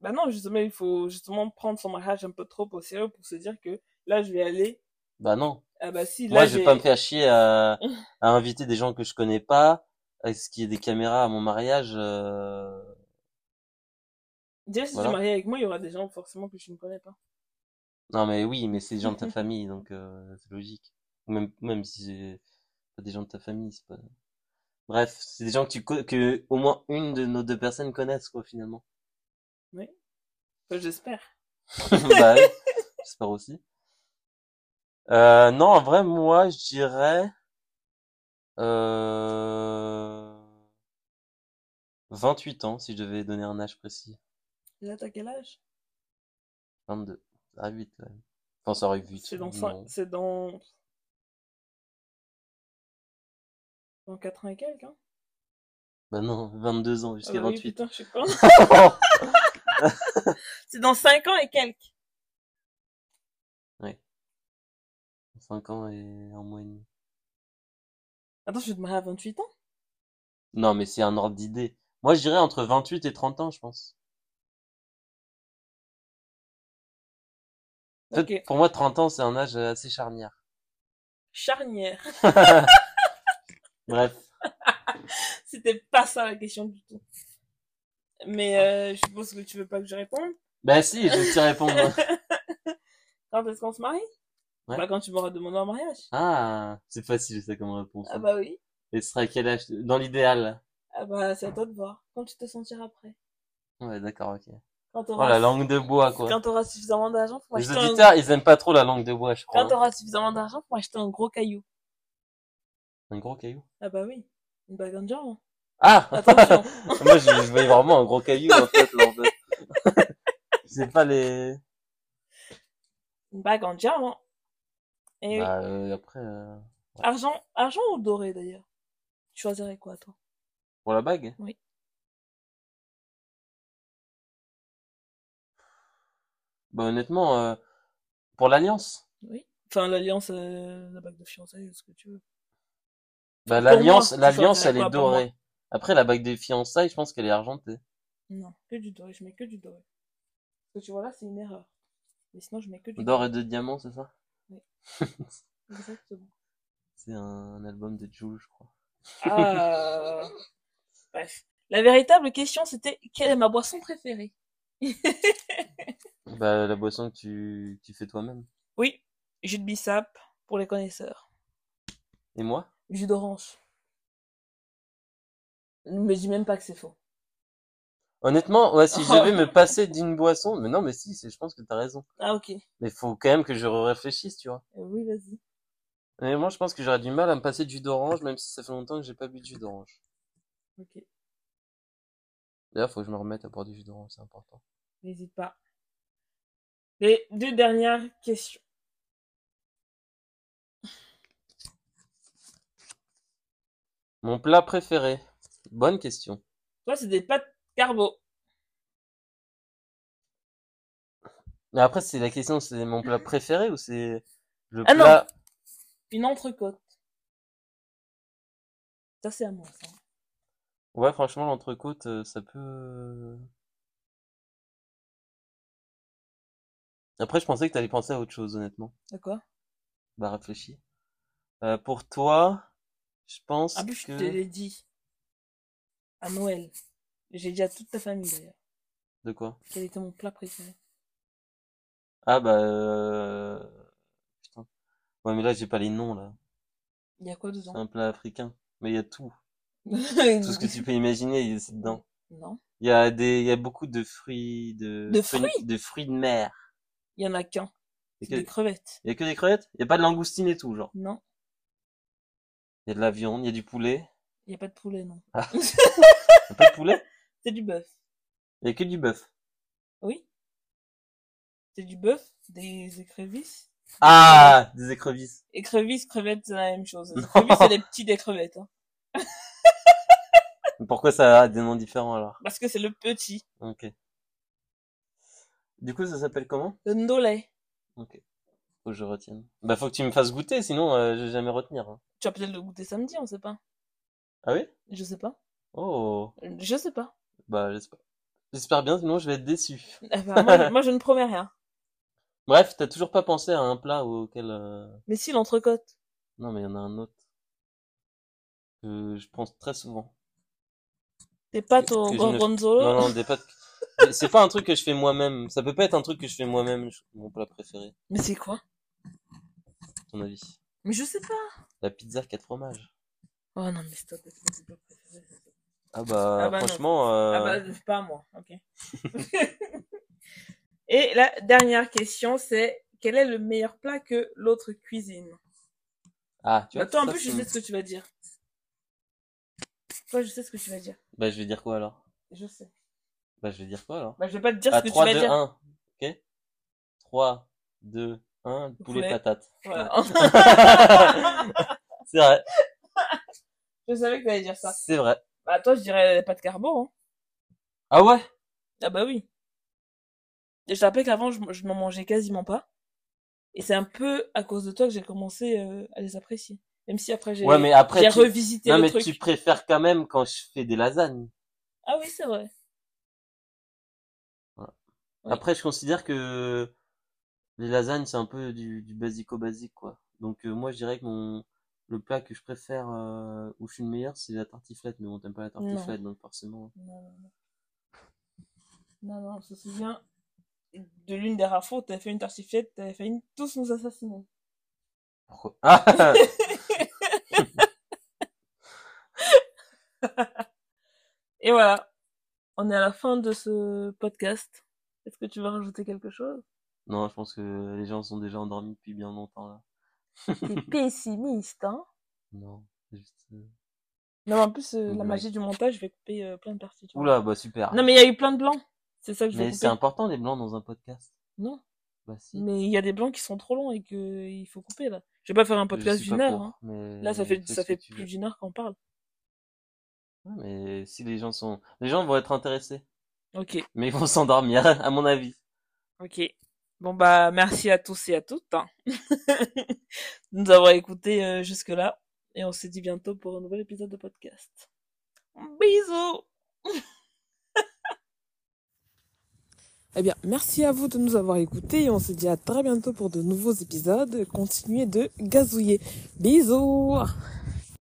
A: Bah non, justement, il faut justement prendre son mariage un peu trop au sérieux pour se dire que là, je vais aller.
B: Bah, non.
A: Ah bah si, là,
B: Moi, je vais
A: j'ai-
B: pas me faire chier à, à inviter des gens que je connais pas, à ce qu'il y ait des caméras à mon mariage. euh,
A: Déjà, si tu
B: Voilà.
A: es marié avec moi, il y aura des gens forcément que je ne connais pas.
B: Non, mais oui, mais c'est des gens de ta famille, donc euh, c'est logique. Ou Même, même si c'est pas des gens de ta famille, c'est pas. Bref, c'est des gens que tu co- que au moins une de nos deux personnes connaissent, quoi, finalement.
A: Enfin, J'espère.
B: bah oui, j'espère aussi. Euh, non, en vrai, moi, je dirais euh... 28 ans, si je devais donner un âge précis.
A: Là, t'as quel âge
B: 22. Ça arrive vite, quand même. Enfin, ça arrive vite.
A: C'est dans
B: non.
A: 5... C'est dans... Dans 4 ans et quelques, hein
B: Bah non, 22 ans
A: Ah
B: jusqu'à
A: bah oui,
B: 28.
A: putain, je sais pas. C'est dans 5 ans et quelques.
B: 5 ans et un mois et demi.
A: Attends, je vais te marier à 28 ans
B: Non, mais c'est un ordre d'idée. Moi, je dirais entre 28 et 30 ans, je pense. En fait,
A: Ok.
B: Pour moi, 30 ans, c'est un âge assez charnière.
A: Charnière.
B: Bref.
A: C'était pas ça la question du tout. Mais
B: Ah.
A: euh, je suppose que tu veux pas que je réponde.
B: Bah si, je vais t'y répondre.
A: Quand est-ce qu'on se marie
B: Ouais.
A: Bah, quand tu m'auras demandé en mariage.
B: Ah, c'est facile ça comme réponse.
A: Ah
B: hein.
A: bah oui.
B: Et ce sera quel âge? Dans l'idéal.
A: Ah bah, c'est à toi de voir. Quand tu te sentiras prêt.
B: Ouais, d'accord, ok.
A: Quand
B: Oh,
A: t'auras
B: la langue de bois, quoi.
A: Quand t'auras suffisamment d'argent pour
B: Les
A: acheter un...
B: auditeurs, ils aiment pas trop la langue de bois, je crois.
A: Quand t'auras suffisamment d'argent pour acheter un gros caillou.
B: hein. Un gros caillou.
A: Ah bah oui. Une bague en diamant.
B: Ah!
A: Attention.
B: Moi, je, je voyais vraiment un gros caillou, en fait, là, en fait. Je sais pas les...
A: Une bague en diamant. Et Eh oui.
B: Bah, euh, après, euh,
A: Argent, argent ou doré d'ailleurs? Tu choisirais quoi toi?
B: pour la bague?
A: Oui.
B: Bah, honnêtement, euh, pour l'alliance.
A: Oui. Enfin, l'alliance, euh, la bague de fiançailles, ce que tu veux.
B: Bah,
A: Pour moi,
B: l'alliance,
A: tu
B: l'alliance,
A: choisirais quoi
B: elle est
A: pour moi
B: dorée. Après, la bague des fiançailles, je pense qu'elle est argentée.
A: Non, que du doré, je mets que du doré. Ce que tu vois là, c'est une erreur. Mais sinon, je mets que du
B: D'or et de diamant, c'est ça?
A: doré. Exactement.
B: C'est un album de Jul, je crois.
A: Ah. Bref. La véritable question, c'était quelle est ma boisson préférée?
B: Bah, la boisson que tu, tu fais toi-même.
A: Oui, jus de bissap pour les connaisseurs.
B: Et moi?
A: Jus d'orange. Ne me dis même pas que c'est faux.
B: Honnêtement, ouais, si je devais me passer d'une boisson, mais non, mais si, c'est- je pense que t'as raison.
A: Ah, ok.
B: Mais faut quand même que je réfléchisse, tu vois.
A: Euh, Oui, vas-y.
B: Mais moi, je pense que j'aurais du mal à me passer de jus d'orange, même si ça fait longtemps que j'ai pas bu de jus d'orange.
A: Ok.
B: D'ailleurs, faut que je me remette à boire du jus d'orange, c'est important.
A: N'hésite pas. Les deux dernières questions.
B: Mon plat préféré? Bonne question.
A: Toi, c'est des pâtes carbo.
B: Mais après, c'est la question, c'est mon plat préféré ou c'est le
A: Ah non.
B: plat...
A: Une entrecôte. Ça, c'est à moi, ça.
B: Ouais, franchement, l'entrecôte, euh, ça peut... euh, Après, je pensais que t'allais penser à autre chose, honnêtement.
A: D'accord?
B: Bah, réfléchis. Euh, pour toi, je pense
A: En plus, Ah, je te
B: que...
A: l'ai dit. À Noël. J'ai dit à toute ta famille, d'ailleurs,
B: De quoi?
A: quel était mon plat préféré.
B: Ah bah... euh, Putain. Ouais, mais là, j'ai pas les noms, là.
A: Il y a quoi
B: C'est
A: dedans?
B: un plat africain. Mais il y a tout. Ah. Tout ce que
A: Non.
B: tu peux imaginer, il y a- c'est dedans. Il y a des, il y a beaucoup de fruits, de,
A: De
B: de fruits de mer.
A: Il y en a qu'un.
B: Il
A: C'est
B: y a
A: des
B: que,
A: crevettes.
B: il y a que des crevettes? Il y a pas de langoustines et tout, genre.
A: Non.
B: Il y a de la viande, il y a du poulet.
A: Il y a pas de poulet, non.
B: Ah. Il y a pas de poulet?
A: C'est du bœuf.
B: Il y a que du bœuf.
A: Oui. C'est du bœuf, des écrevisses.
B: Ah! Des écrevisses.
A: Écrevisses, crevettes, c'est la même chose.
B: Non.
A: Écrevisses, c'est les petits des crevettes. hein.
B: Mais Pourquoi ça a des noms différents alors?
A: Parce que c'est le petit.
B: Ok. Du coup, ça s'appelle comment?
A: Le ndolé.
B: Ok. Faut que je retienne. Bah, faut que tu me fasses goûter, sinon, euh, je vais jamais retenir. hein.
A: Tu vas peut-être le goûter samedi, on sait pas.
B: Ah oui?
A: Je sais pas.
B: Oh.
A: Je sais pas.
B: Bah, j'espère. J'espère bien, sinon je vais être déçu.
A: Ah bah, moi, je- moi, je ne promets rien.
B: Bref, t'as toujours pas pensé à un plat auquel, euh,
A: Mais si, l'entrecôte.
B: Non, mais il y en a un autre que je pense très souvent.
A: Des pâtes au
B: Que je ne-
A: gorgonzola.
B: Non, non, des pâtes. Mais C'est pas un truc que je fais moi-même. Ça peut pas être un truc que je fais moi-même, je- mon plat préféré,
A: Mais c'est quoi
B: à ton avis.
A: Mais je sais pas.
B: La pizza quatre fromages.
A: Oh non, mais stop. c'est pas- c'est pas- c'est pas-
B: Ah bah,
A: Ah bah non.
B: franchement, euh,
A: Ah bah, c'est pas à moi, ok. Et la dernière question, c'est quel est le meilleur plat que l'autre cuisine Bah,
B: ah, tu vois.
A: Attends,
B: ça,
A: un peu, je
B: c'est-
A: sais ce que tu vas dire. Toi, je sais ce que tu vas dire.
B: Bah, je vais dire quoi alors?
A: Je sais.
B: Bah, je vais dire quoi alors?
A: Bah, je vais pas te dire
B: Ah,
A: ce que
B: 3,
A: tu vas
B: 2,
A: dire.
B: 1. Ok? 3, 2, 1, poulet
A: Poulet.
B: patate.
A: Voilà.
B: C'est vrai,
A: je savais que tu allais dire ça.
B: c'est vrai.
A: Bah, toi, je dirais pas de carbo. Hein.
B: Ah ouais?
A: Ah bah oui. Et je te rappelle qu'avant, je, je n'en mangeais quasiment pas. Et c'est un peu à cause de toi que j'ai commencé euh, à les apprécier. Même si après, j'ai
B: Ouais, mais après,
A: j'ai
B: tu...
A: revisité
B: non,
A: le
B: mais
A: truc.
B: tu préfères quand même quand je fais des lasagnes.
A: Ah oui, c'est vrai. Oui.
B: Après, je considère que les lasagnes, c'est un peu du, du basico-basique, quoi. Donc, euh, moi, je dirais que mon, le plat que je préfère, euh, où je suis le meilleur, c'est la tartiflette. Mais bon, t'aimes pas la tartiflette, donc forcément.
A: Non, non, non. Non, non, on se souvient de l'une des rares fois où t'avais fait une tartiflette, t'avais failli tous nous assassiner.
B: Pourquoi? Ah!
A: Et voilà, on est à la fin de ce podcast. Est-ce que tu veux rajouter quelque chose
B: Non, je pense que les gens sont déjà endormis depuis bien longtemps, là.
A: T'es pessimiste, hein
B: Non, c'est juste... euh,
A: Non, en plus, euh,
B: Une
A: la
B: blague.
A: magie du montage, je vais couper euh, plein de parties. tu vois.
B: Oula, bah super.
A: Non, mais il y a eu plein de blancs. C'est ça que je vais
B: Mais c'est
A: couper.
B: important, les blancs, dans un podcast.
A: Non,
B: Bah si.
A: mais il y a des blancs qui sont trop longs et que il faut couper là. Je vais pas faire un
B: Je
A: podcast
B: suis
A: d'une
B: pas
A: heure.
B: pour,
A: hein.
B: mais
A: Là, ça fait,
B: fais
A: ça
B: ce que
A: fait
B: tu
A: plus
B: veux.
A: d'une heure qu'on parle.
B: Ouais, mais si les gens sont... Les gens vont être intéressés.
A: Ok.
B: Mais ils vont s'endormir, à mon avis.
A: Ok. Bon bah merci à tous et à toutes hein, de nous avoir écoutés euh, jusque-là et on se dit bientôt pour un nouvel épisode de podcast. Bisous. Eh bien, merci à vous de nous avoir écoutés et on se dit à très bientôt pour de nouveaux épisodes. Continuez de gazouiller. Bisous